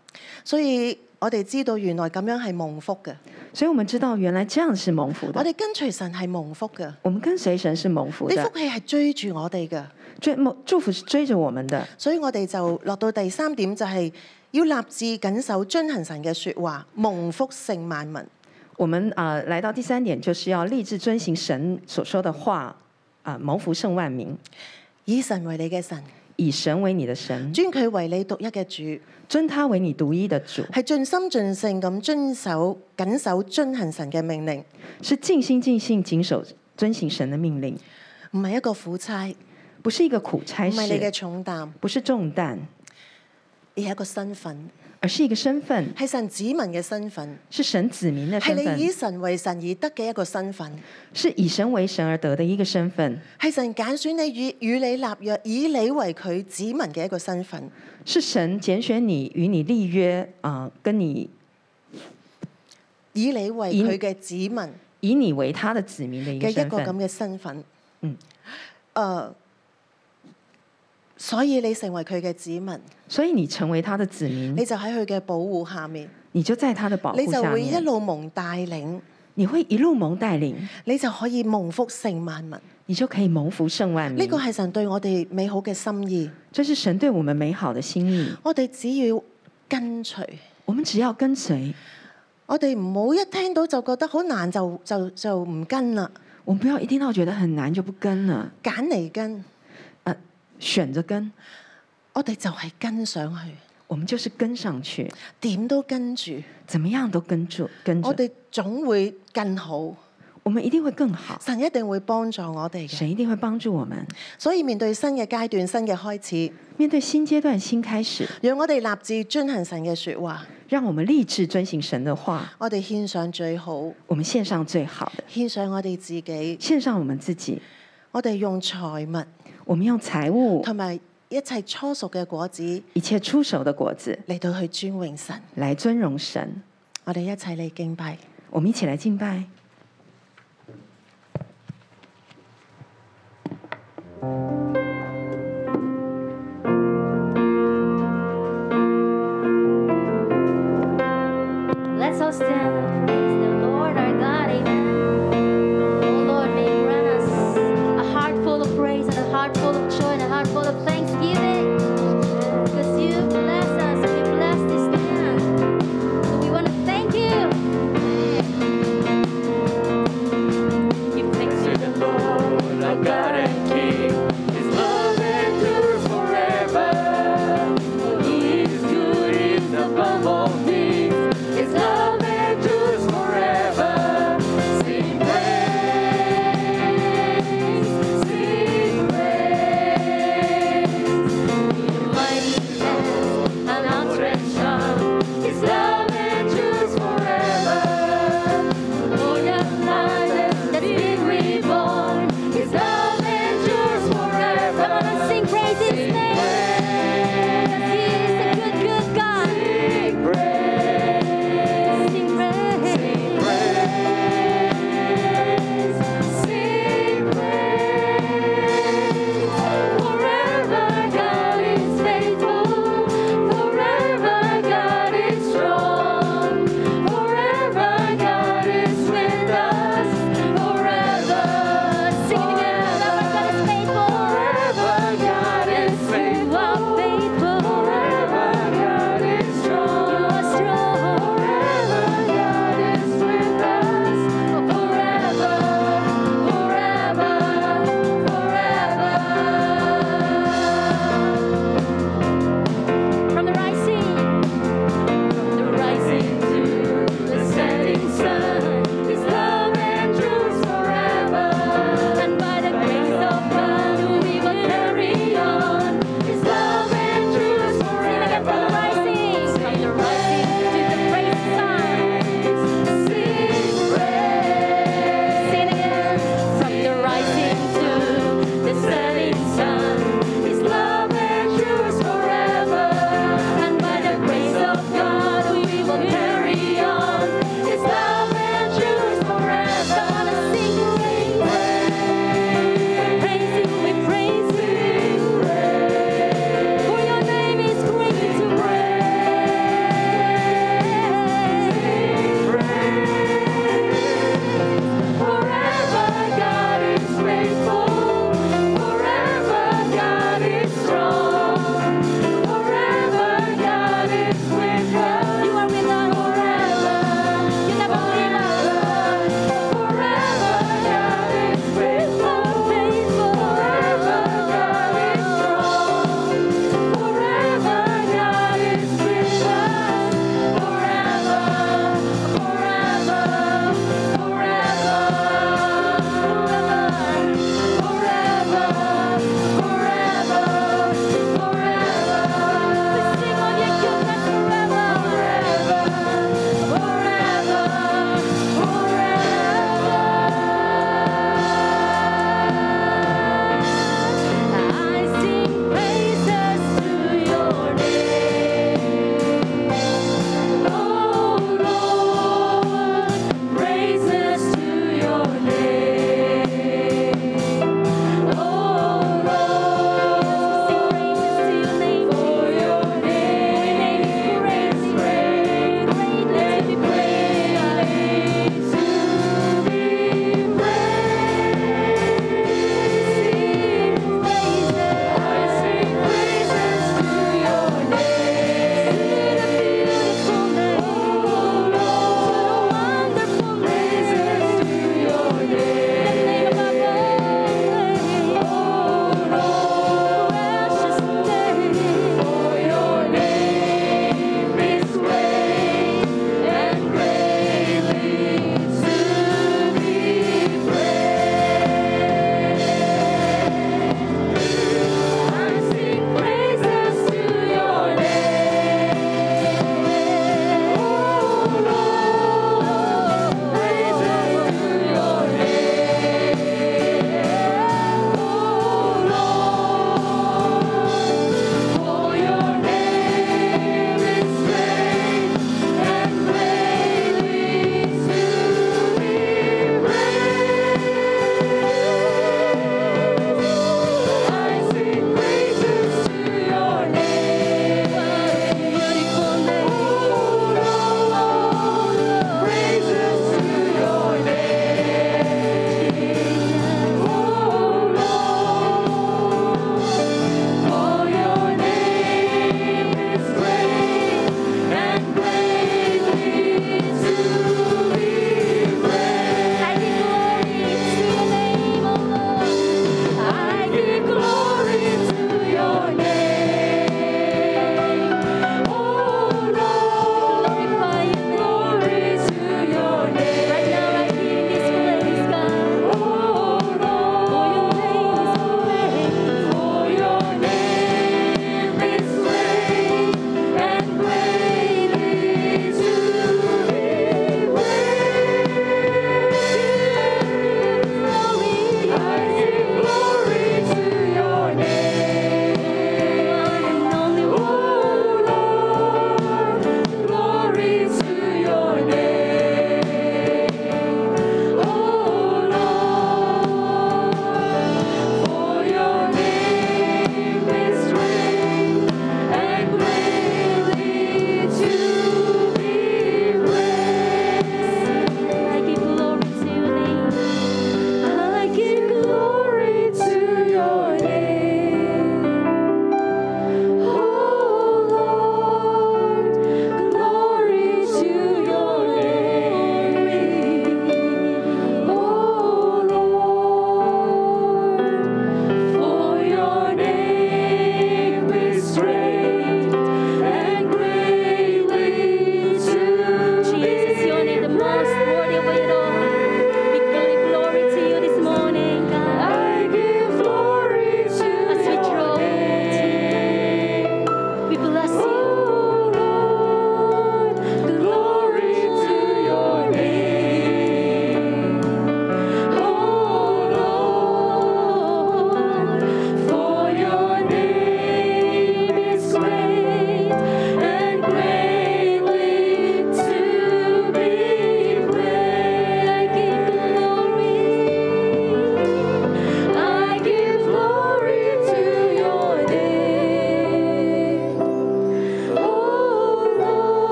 S2: 所以我哋知道原來咁樣係蒙福嘅，
S3: 所以我们知道，原来这样是蒙福
S2: 我
S3: 的。
S2: 哋跟隨神係蒙福嘅，呢
S3: 我们跟随神是蒙福的
S2: 福，氣係追住我哋嘅。
S3: 追蒙祝福是追着我们的。
S2: 所以我哋就落到第三點，就係要立志緊守遵行神嘅説話，蒙福勝萬民。
S3: 我们啊、呃来到第三点，就是要立志遵行神所说的话啊、谋福胜万民，
S2: 以神為你嘅神，
S3: 以神为你的神，
S2: 尊佢為你獨一嘅主，
S3: 尊他为你独一的主，
S2: 係盡心盡性咁遵守、緊守、遵行神嘅命令，
S3: 是尽心尽性谨守遵行神的命令，
S2: 唔係一個苦差，唔
S3: 不是一个苦差
S2: 係你嘅
S3: 事，
S2: 重擔，
S3: 不是重担，
S2: 而係一個身份，
S3: 而是一个身份，
S2: 係神子民嘅身份，
S3: 是神子民的
S2: 係
S3: 身份
S2: 你以，神為神而得嘅一個身份，
S3: 是以神为神而得的一个身份，
S2: 係神揀選你與與你立約，以你為佢子民嘅一個身份。
S3: 是神拣选你与你立约啊、跟你
S2: 以你為
S3: 以
S2: 佢嘅子民
S3: 以你为他的子民的一
S2: 嘅
S3: 个
S2: 一
S3: 身
S2: 個咁
S3: 份，
S2: 嘅身份，
S3: 嗯，
S2: 呃所以你成為佢嘅子民，
S3: 所以你成为他的子民
S2: 你，就喺佢嘅保護下面，
S3: 你就在他的保
S2: 你
S3: 护
S2: 就
S3: 下
S2: 會一
S3: 面。
S2: 路蒙帶領，
S3: 你会一路蒙带领，
S2: 你就可以蒙福勝萬民。
S3: 你就可以蒙福胜万民。
S2: 呢個係神對我哋美好嘅心意，
S3: 这是神对我们美好的心意。
S2: 我哋只要跟隨，
S3: 我们只要跟随，
S2: 我哋唔好一聽到就覺得好難就就就唔跟啦，
S3: 我们不要一听到觉得很难就不跟了，呃
S2: 揀嚟跟，
S3: 选着跟，
S2: 我哋就係跟上去，
S3: 我们就是跟上去，
S2: 點都跟住，
S3: 怎么样都跟住跟着
S2: 我，哋總會更好。
S3: 我們一定会更好。
S2: 神一定會幫助我哋嘅。
S3: 神一定会帮助我们
S2: 所以面對新嘅階段、新嘅開始，
S3: 面对新阶段、新开始，
S2: 讓我哋立志遵行神嘅説話，
S3: 让我们立志遵行神的话。
S2: 我哋獻上最好，
S3: 我们献上最好的，
S2: 獻上我哋自己，
S3: 献上我们自己，
S2: 我哋用財物
S3: 我们用财物、
S2: 同埋一切初熟嘅果子
S3: 一切出手的果子
S2: 嚟到去尊榮神，
S3: 来尊荣神。
S2: 我哋一齊嚟敬拜。
S3: 我们一起来敬拜。
S4: Let's all stand and praise the Lord our God. Amen. Oh Lord, may you grant us a heart full of praise and a heart full of joy and a heart full of thanksgiving. Because you bless us and you bless this land. So we want to thank you.
S5: Give thanks to the Lord, our God and King. His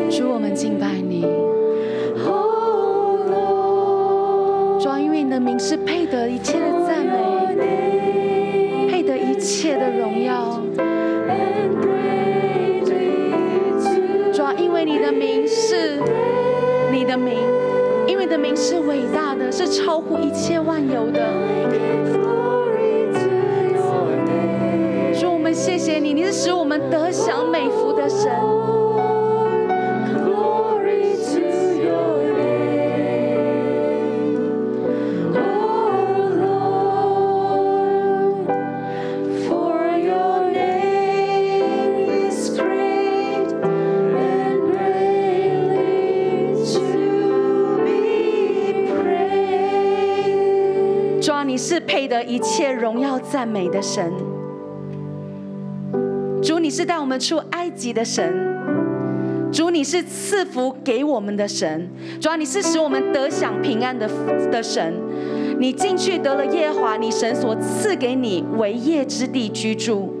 S4: 啊啊
S5: 切万有的。主，我们谢谢你，你是使我们得享美福的神。主啊，你是配得一切荣耀赞美的神。主，你是带我们出埃及的神。主，你是赐福给我们的神。主啊，你是使我们得享平安的的神。你进去得了耶和华你神所赐给你为业之地居住，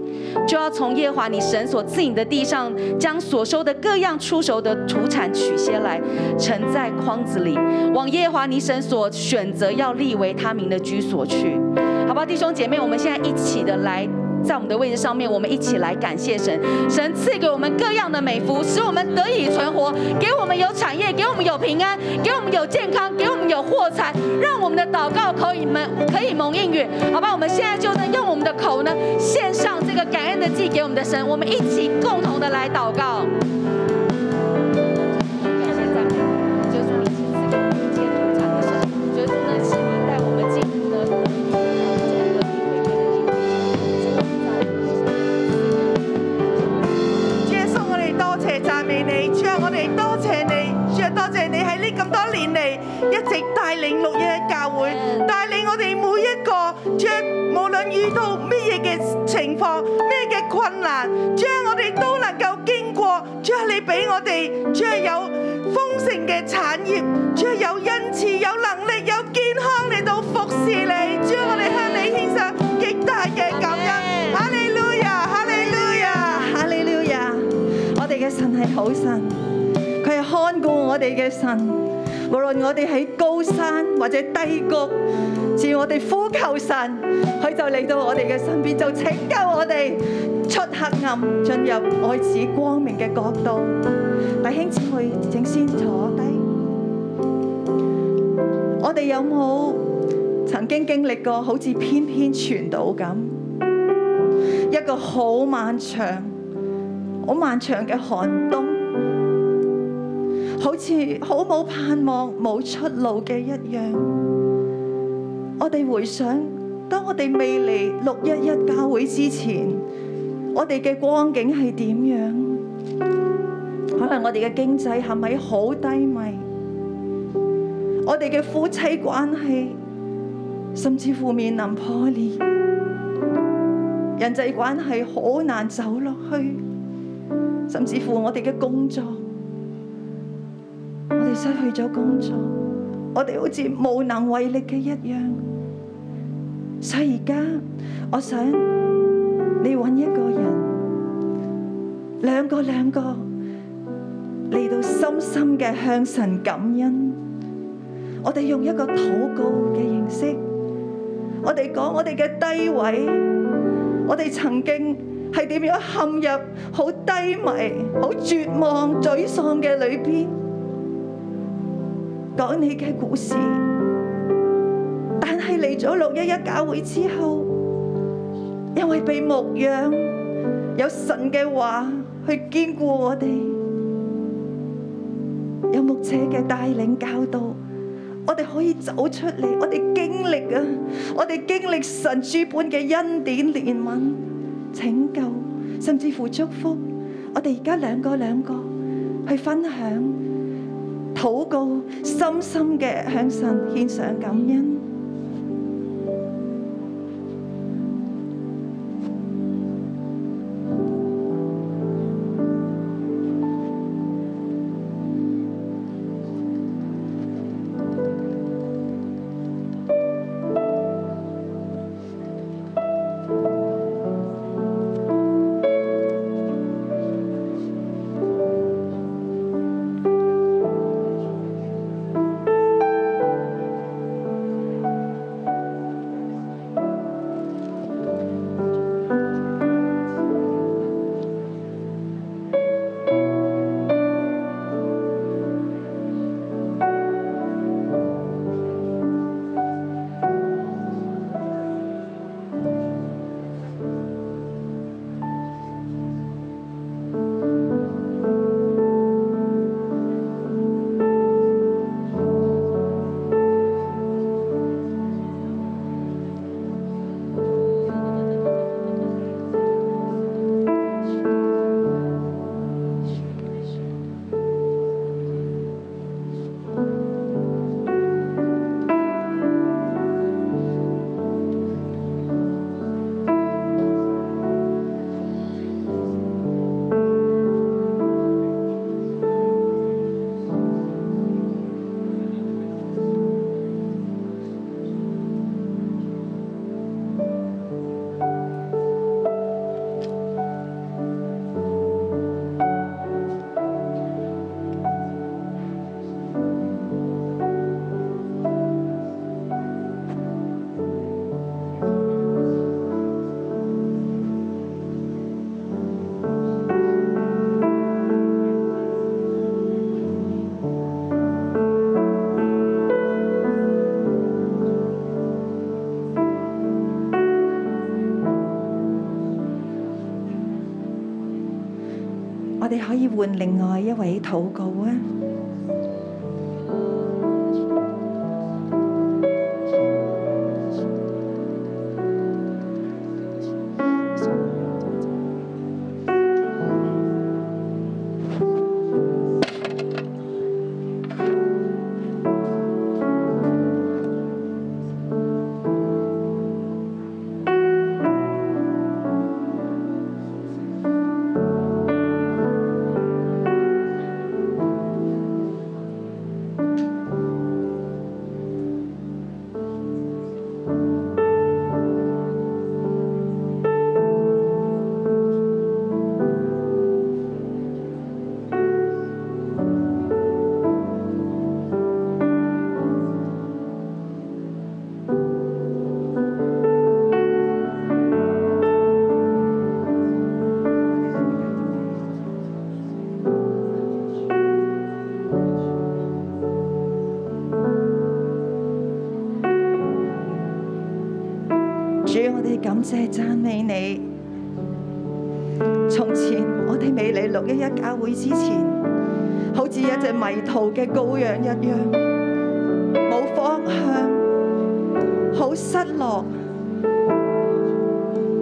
S5: 就要从耶和华你神所赐你的地上，将所收的各样出熟的土产取些来，盛在筐子里，往耶和华你神所选择要立为他名的居所去。好吧，弟兄姐妹，我们现在一起的来。在我们的位置上面，我们一起来感谢神。神赐给我们各样的美福，使我们得以存活，给我们有产业，给我们有平安，给我们有健康，给我们有货财，让我们的祷告可以蒙可以蒙应允。好吧，我们现在就能用我们的口呢，献上这个感恩的祭给我们的神。我们一起共同的来祷告。感谢赞美，就是你是赐给我们一切土产的神，就是呢，请你带我们进入呢，这个地位跟地
S6: 主耶穌，我哋多謝讚美你，主啊，我哋多謝你，主啊，多謝你喺呢咁多年嚟一直帶領六一一教會，帶領我哋每一個，主啊，無論遇到乜嘢嘅情況、咩嘅困難，主啊，我哋都能夠經過，主啊，你俾我哋，主啊，有豐盛嘅產業，主啊，有恩賜、有能力、有健康嚟到服侍你，主啊，我哋向你獻上極大嘅感恩，哈利路亞，哈利路亞。
S7: 哈利路亞！我哋嘅神係好神，佢係看顧我哋嘅神。無論我哋喺高山或者低谷，只要我哋呼求神，佢就嚟到我哋嘅身邊，就拯救我哋出黑暗，進入愛子光明嘅國度。弟兄姊妹，請先坐低。我哋有冇曾經經歷過好似偏偏傳道咁？一個好漫長、好漫長嘅寒冬，好似好冇盼望、冇出路嘅一樣。我哋回想，當我哋未嚟六一一教會之前，我哋嘅光景係點樣？可能我哋嘅經濟係咪好低迷？我哋嘅夫妻關係，甚至乎面臨破裂。人際關係好難走落去，甚至乎我哋嘅工作，我哋失去咗工作，我哋好似無能為力嘅一樣。所以而家，我想你揾一個人，兩個兩個嚟到深深嘅向神感恩。我哋用一個禱告嘅形式，我哋講我哋嘅低位。我哋曾經係點樣陷入好低迷、好絕望、沮喪嘅裏邊，講你嘅故事。但係嚟咗六一一教會之後，因為被牧養，有神嘅話去堅固我哋，有牧者嘅帶領教導。我哋可以走出嚟，我哋經歷啊，我哋經歷神主本嘅恩典、憐憫、拯救，甚至乎祝福。我哋而家兩個兩個去分享、禱告，深深嘅向神獻上感恩。我哋可以換另外一位禱告啊！主，我哋感謝讚美你。從前我哋未嚟六一一教會之前，好似一隻迷途嘅羔羊一樣，冇方向，好失落，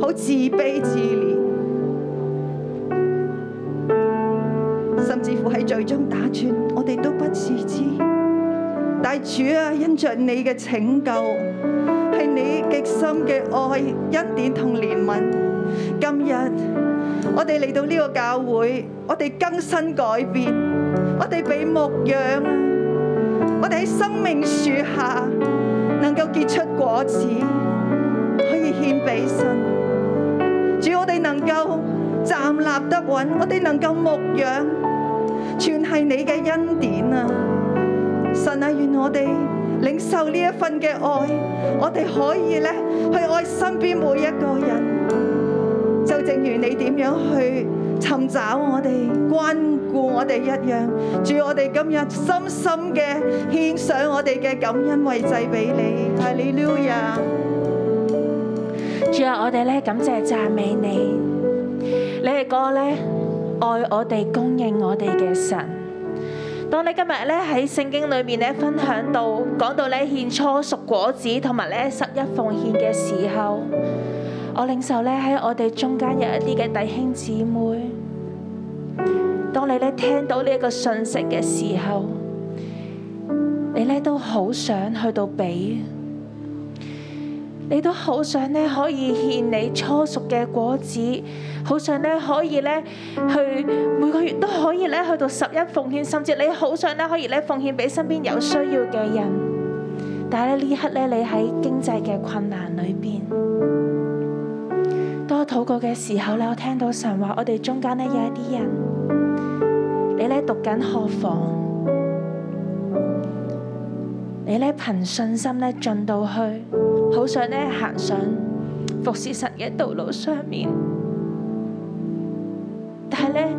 S7: 好自卑自憐，甚至乎喺最終打轉，我哋都不自知。但係主啊，因着你嘅拯救。係你極深嘅愛、恩典同憐憫。今日我哋嚟到呢個教會，我哋更新改變，我哋被牧養，我哋喺生命樹下能夠結出果子，可以獻俾神。主，我哋能夠站立得穩，我哋能夠牧養，全係你嘅恩典啊！神啊，願我哋領受呢一份嘅愛，我哋可以咧去愛身邊每一個人。就正如你點樣去尋找我哋、關顧我哋一樣，主，我哋今日深深嘅獻上我哋嘅感恩為祭俾你。哈利路亞！
S8: 主啊，我哋咧感謝讚美你，你係個咧愛我哋、供應我哋嘅神。當你今日咧喺聖經裏面咧分享到講到咧獻初熟果子同埋咧十一奉獻嘅時候，我領受咧喺我哋中間有一啲嘅弟兄姊妹，當你咧聽到呢一個信息嘅時候，你咧都好想去到俾。你都好想咧可以獻你初熟嘅果子，好想咧可以咧去每個月都可以咧去到十一奉獻，甚至你好想咧可以咧奉獻俾身邊有需要嘅人。但係咧呢刻咧你喺經濟嘅困難裏邊，當我禱告嘅時候咧，我聽到神話，我哋中間咧有一啲人，你咧讀緊學房，你咧憑信心咧進到去。好想咧行上服侍神嘅道路上面，但係咧，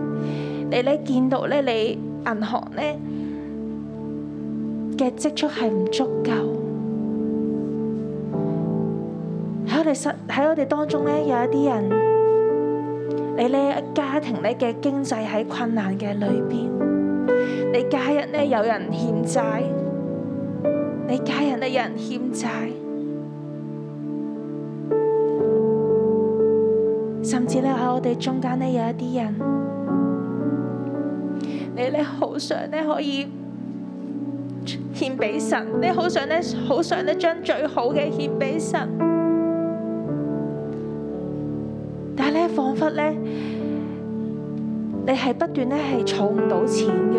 S8: 你咧見到咧你銀行咧嘅積蓄係唔足夠，喺我哋實喺我哋當中咧有一啲人，你咧家庭咧嘅經濟喺困難嘅裏邊，你家人咧有人欠債，你家人咧有人欠債。甚至咧喺我哋中間咧有一啲人，你咧好想咧可以獻俾神，你好想咧好想咧將最好嘅獻俾神，但係咧彷彿咧你係不斷咧係儲唔到錢嘅，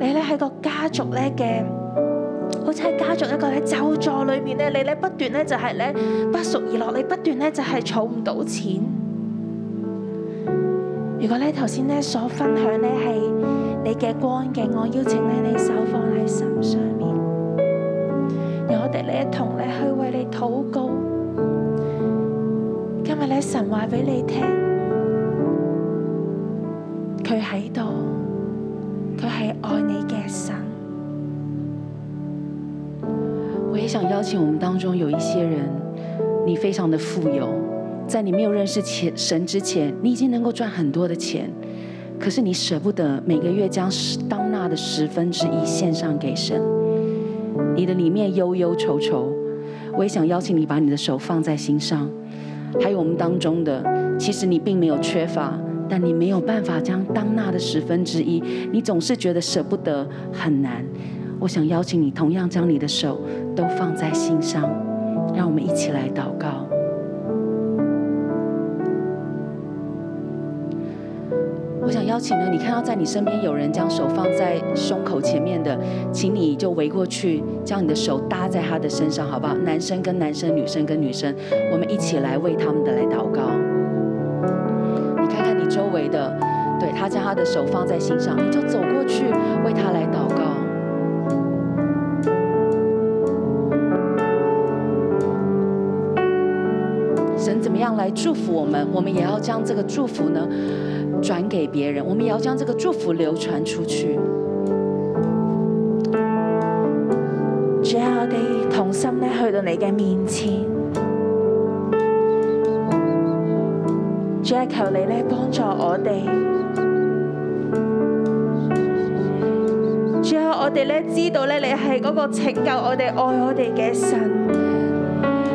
S8: 你咧喺個家族咧嘅。好似喺家族一個喺咒助裏面咧，你咧不斷咧就係咧不熟而落，你不斷咧就係儲唔到錢。如果咧頭先咧所分享咧係你嘅光景，我邀請咧你手放喺心上面，由我哋咧一同咧去為你禱告。今日咧神話俾你聽，佢喺度，佢係愛你嘅神。
S9: 我也想邀请我们当中有一些人，你非常的富有，在你没有认识钱神之前，你已经能够赚很多的钱，可是你舍不得每个月将十当纳的十分之一献上给神，你的里面忧忧愁愁。我也想邀请你把你的手放在心上，还有我们当中的，其实你并没有缺乏，但你没有办法将当纳的十分之一，你总是觉得舍不得，很难。我想邀请你同样将你的手都放在心上，让我们一起来祷告。我想邀请呢，你看到在你身边有人将手放在胸口前面的，请你就围过去，将你的手搭在他的身上，好不好？男生跟男生，女生跟女生，我们一起来为他们的来祷告。你看看你周围的，对他将他的手放在心上，你就走过去为他来祷告。神怎么样来祝福我们，我们也要将这个祝福呢转给别人，我们也要将这个祝福流传出去。
S8: 主啊，我哋同心咧去到你嘅面前，主啊，求你咧幫助我哋。主啊，我哋咧知道咧你係嗰個拯救我哋、愛我哋嘅神。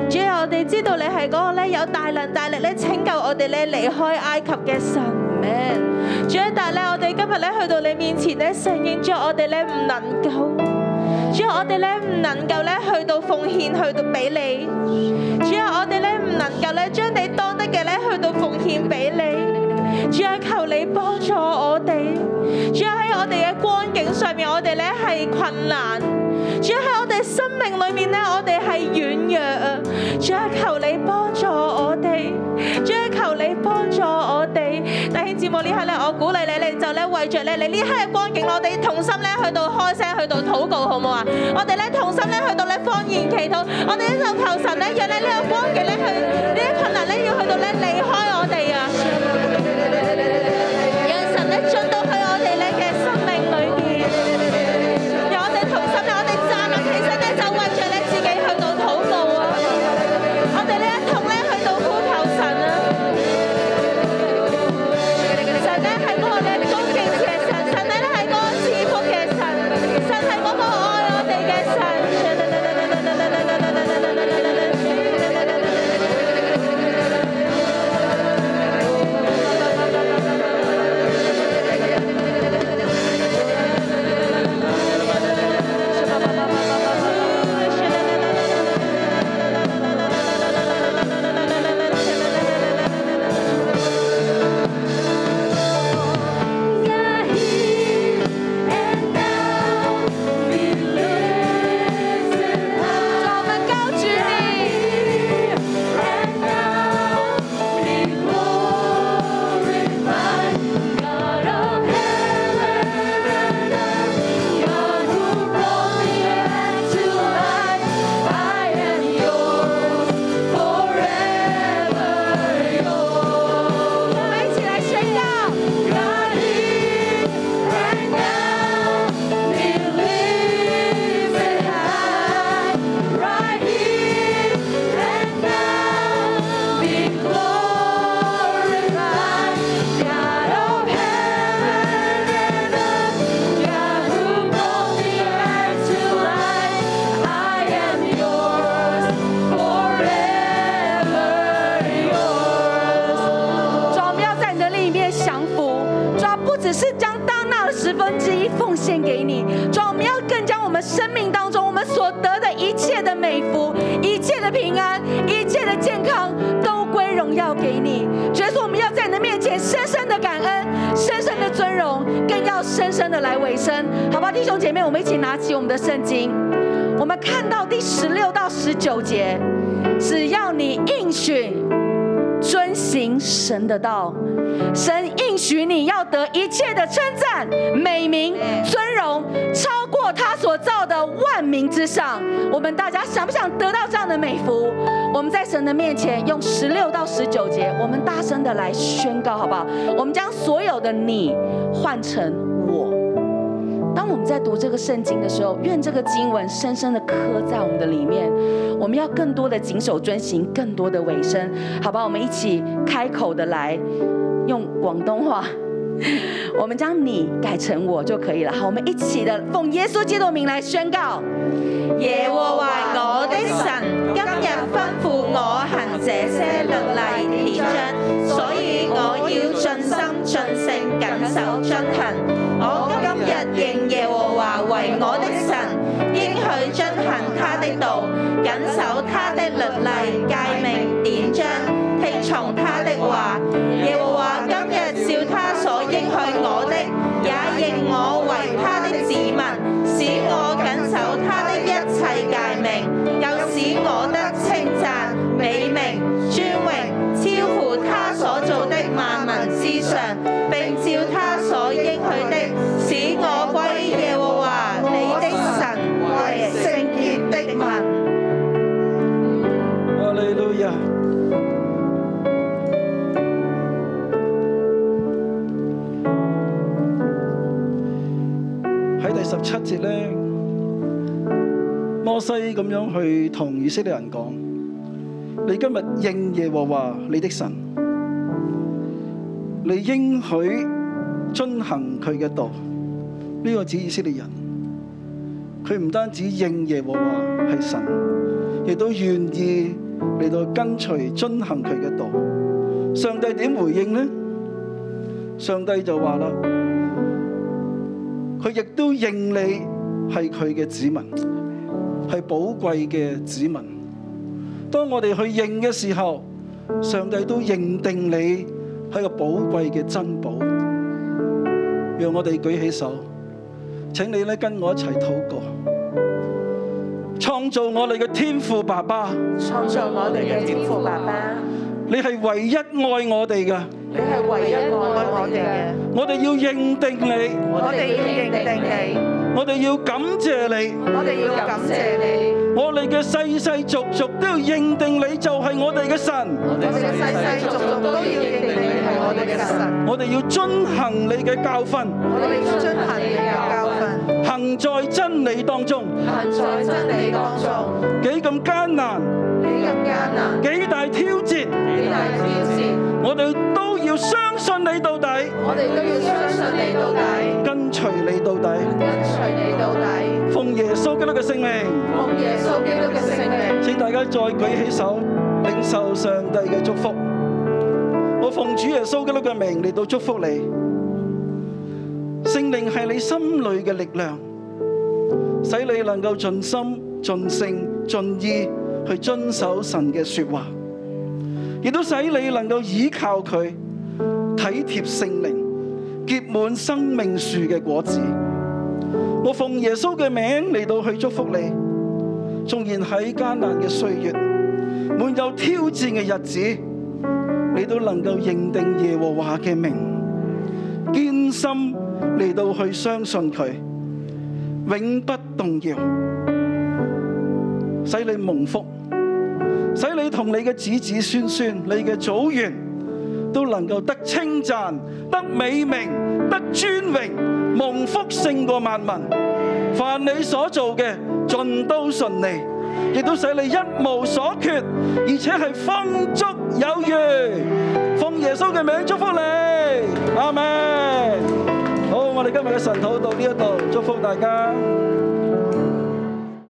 S8: 主啊，我哋知道你係嗰個咧有大能大力咧拯救我哋咧離開埃及嘅神。Man，主啊，但係咧我哋今日咧去到你面前咧承認咗我哋咧唔能夠。主啊，我哋咧唔能夠咧去到奉獻，去到俾你。主啊，我哋咧唔能夠咧將你當得嘅咧去到奉獻俾你。主啊，求你幫助我哋。主啊，喺我哋嘅光景上面，我哋咧係困難。主啊，喺我哋生命裏面咧，我哋係軟弱啊。主啊，求你幫助我哋。主啊，求你幫助我哋。弟兄姊妹呢刻咧，我鼓勵你，你就咧為着咧你呢刻嘅光景，我哋同心咧去到開聲，去到禱告，好唔好啊？我哋咧同心咧去到咧方言祈禱，我哋咧就求神咧，讓咧呢個光景咧去呢啲困難咧要去到咧離開我哋啊！讓神咧進到去我哋咧嘅生命裏邊，讓我哋同心咧，我哋站立起身咧，就為着咧自己去到禱告啊！我哋咧一同咧去到呼求神啊！神咧係嗰個咧恭敬嘅神，神咧係嗰個賜福嘅神，神係嗰個愛我哋嘅神。我们高举你。我们一起来宣告。
S5: 主啊，我们要在你的另一面降服。主啊，不只是将当纳的十分之一奉献给你，主啊，我们要更将我们生命当中我们所得的一切的美福、一切的平安、一切的健康，都归荣耀给你。主耶稣，我们要在你的面前深深的感恩，深深的尊荣，更要深深的来委身，好吧，弟兄姐妹，我们一起拿起我们的圣经，我们看到第十六到十九节，只要你应许。遵行神的道。神应许你要得一切的称赞、美名、尊荣，超过他所造的万民之上。我们大家想不想得到这样的美福？我们在神的面前用十六到十九节，我们大声的来宣告，好不好？我们将所有的你换成我。当我们在读这个圣经的时候，愿这个经文深深的刻在我们的里面。我们要更多的谨守遵行，更多的委身，好吧？我们一起开口的来，用广东话
S8: 我们将你改成我就可以了。好，我们一起的奉耶稣基督的名来宣告：耶和华我的神，今日吩咐我行这些律例典章，所以我要尽心尽性谨守遵行。我今日认耶和华为我的神，应许遵行他的道，谨守他的律例、诫命、典章，听从他的话。耶和華今日照他所應許我的，也認我為他的子民，使我謹守他的一切誡命，又使我得稱讚、美名、尊榮，超乎他所做的萬民之上，並照他所應許的，使我歸耶和華你的神為聖潔的民。
S9: 哈利路亚！喺第十七節咧，摩西咁樣去同以色列人講：你今日應耶和華你的神，你應許遵行佢嘅道。呢、個指以色列人，佢唔單止應耶和華係神，亦都願意嚟到跟隨遵行佢嘅道。上帝點回應呢？上帝就話啦。佢亦都認你係佢嘅子民，係寶貴嘅子民。當我哋去認嘅時候，上帝都認定你係個寶貴嘅珍寶。讓我哋舉起手，請你咧跟我一齊禱告，創造我哋嘅天父爸爸，
S7: 創造我哋嘅天父爸爸，
S9: 你係唯一愛我哋嘅，
S7: 你係唯一愛我哋嘅，
S9: 我哋要認定你，
S7: 我哋要認定你，
S9: 我哋要感謝你。
S7: 我哋要感謝你，
S9: 我哋嘅世世俗俗都要認定你就係我哋嘅神，
S7: 我哋世世俗俗都要認定你係我哋嘅神，
S9: 我哋要遵行你嘅教訓，
S7: 我哋要遵行你嘅教訓，
S9: 行在真理當中。
S7: 行在真理當中，
S9: 幾咁艱難，
S7: 你咁艱難，
S9: 幾大挑戰，
S7: 幾大挑戰，
S9: 我哋都要相信你到底，
S7: 我哋都要相信你到底，
S9: 跟隨你到底。
S7: 跟隨你到底，
S9: 奉耶穌基督嘅聖名，
S7: 奉耶穌基督嘅聖名。
S9: 請大家再舉起手，領受上帝嘅祝福。我奉主耶穌基督嘅名嚟到祝福你。聖靈係你心裏嘅力量，使你能夠盡心、盡性、盡意去遵守神嘅說話，亦都使你能夠倚靠佢，體貼聖靈，結滿生命樹嘅果子。我奉耶穌嘅名嚟到去祝福你。縱然喺艱難嘅歲月，滿有挑戰嘅日子，你都能夠認定耶和華嘅名，堅心嚟到去相信佢，永不動搖，使你蒙福，使你同你嘅子子孫孫、你嘅祖源都能夠得稱讚、得美名、得尊榮，蒙福勝過萬民。凡你所做嘅，盡都順利，亦都使你一無所缺，而且係豐足有餘。奉耶穌嘅名祝福你，阿門。好，我哋今日嘅神禱到呢一度，祝福大家。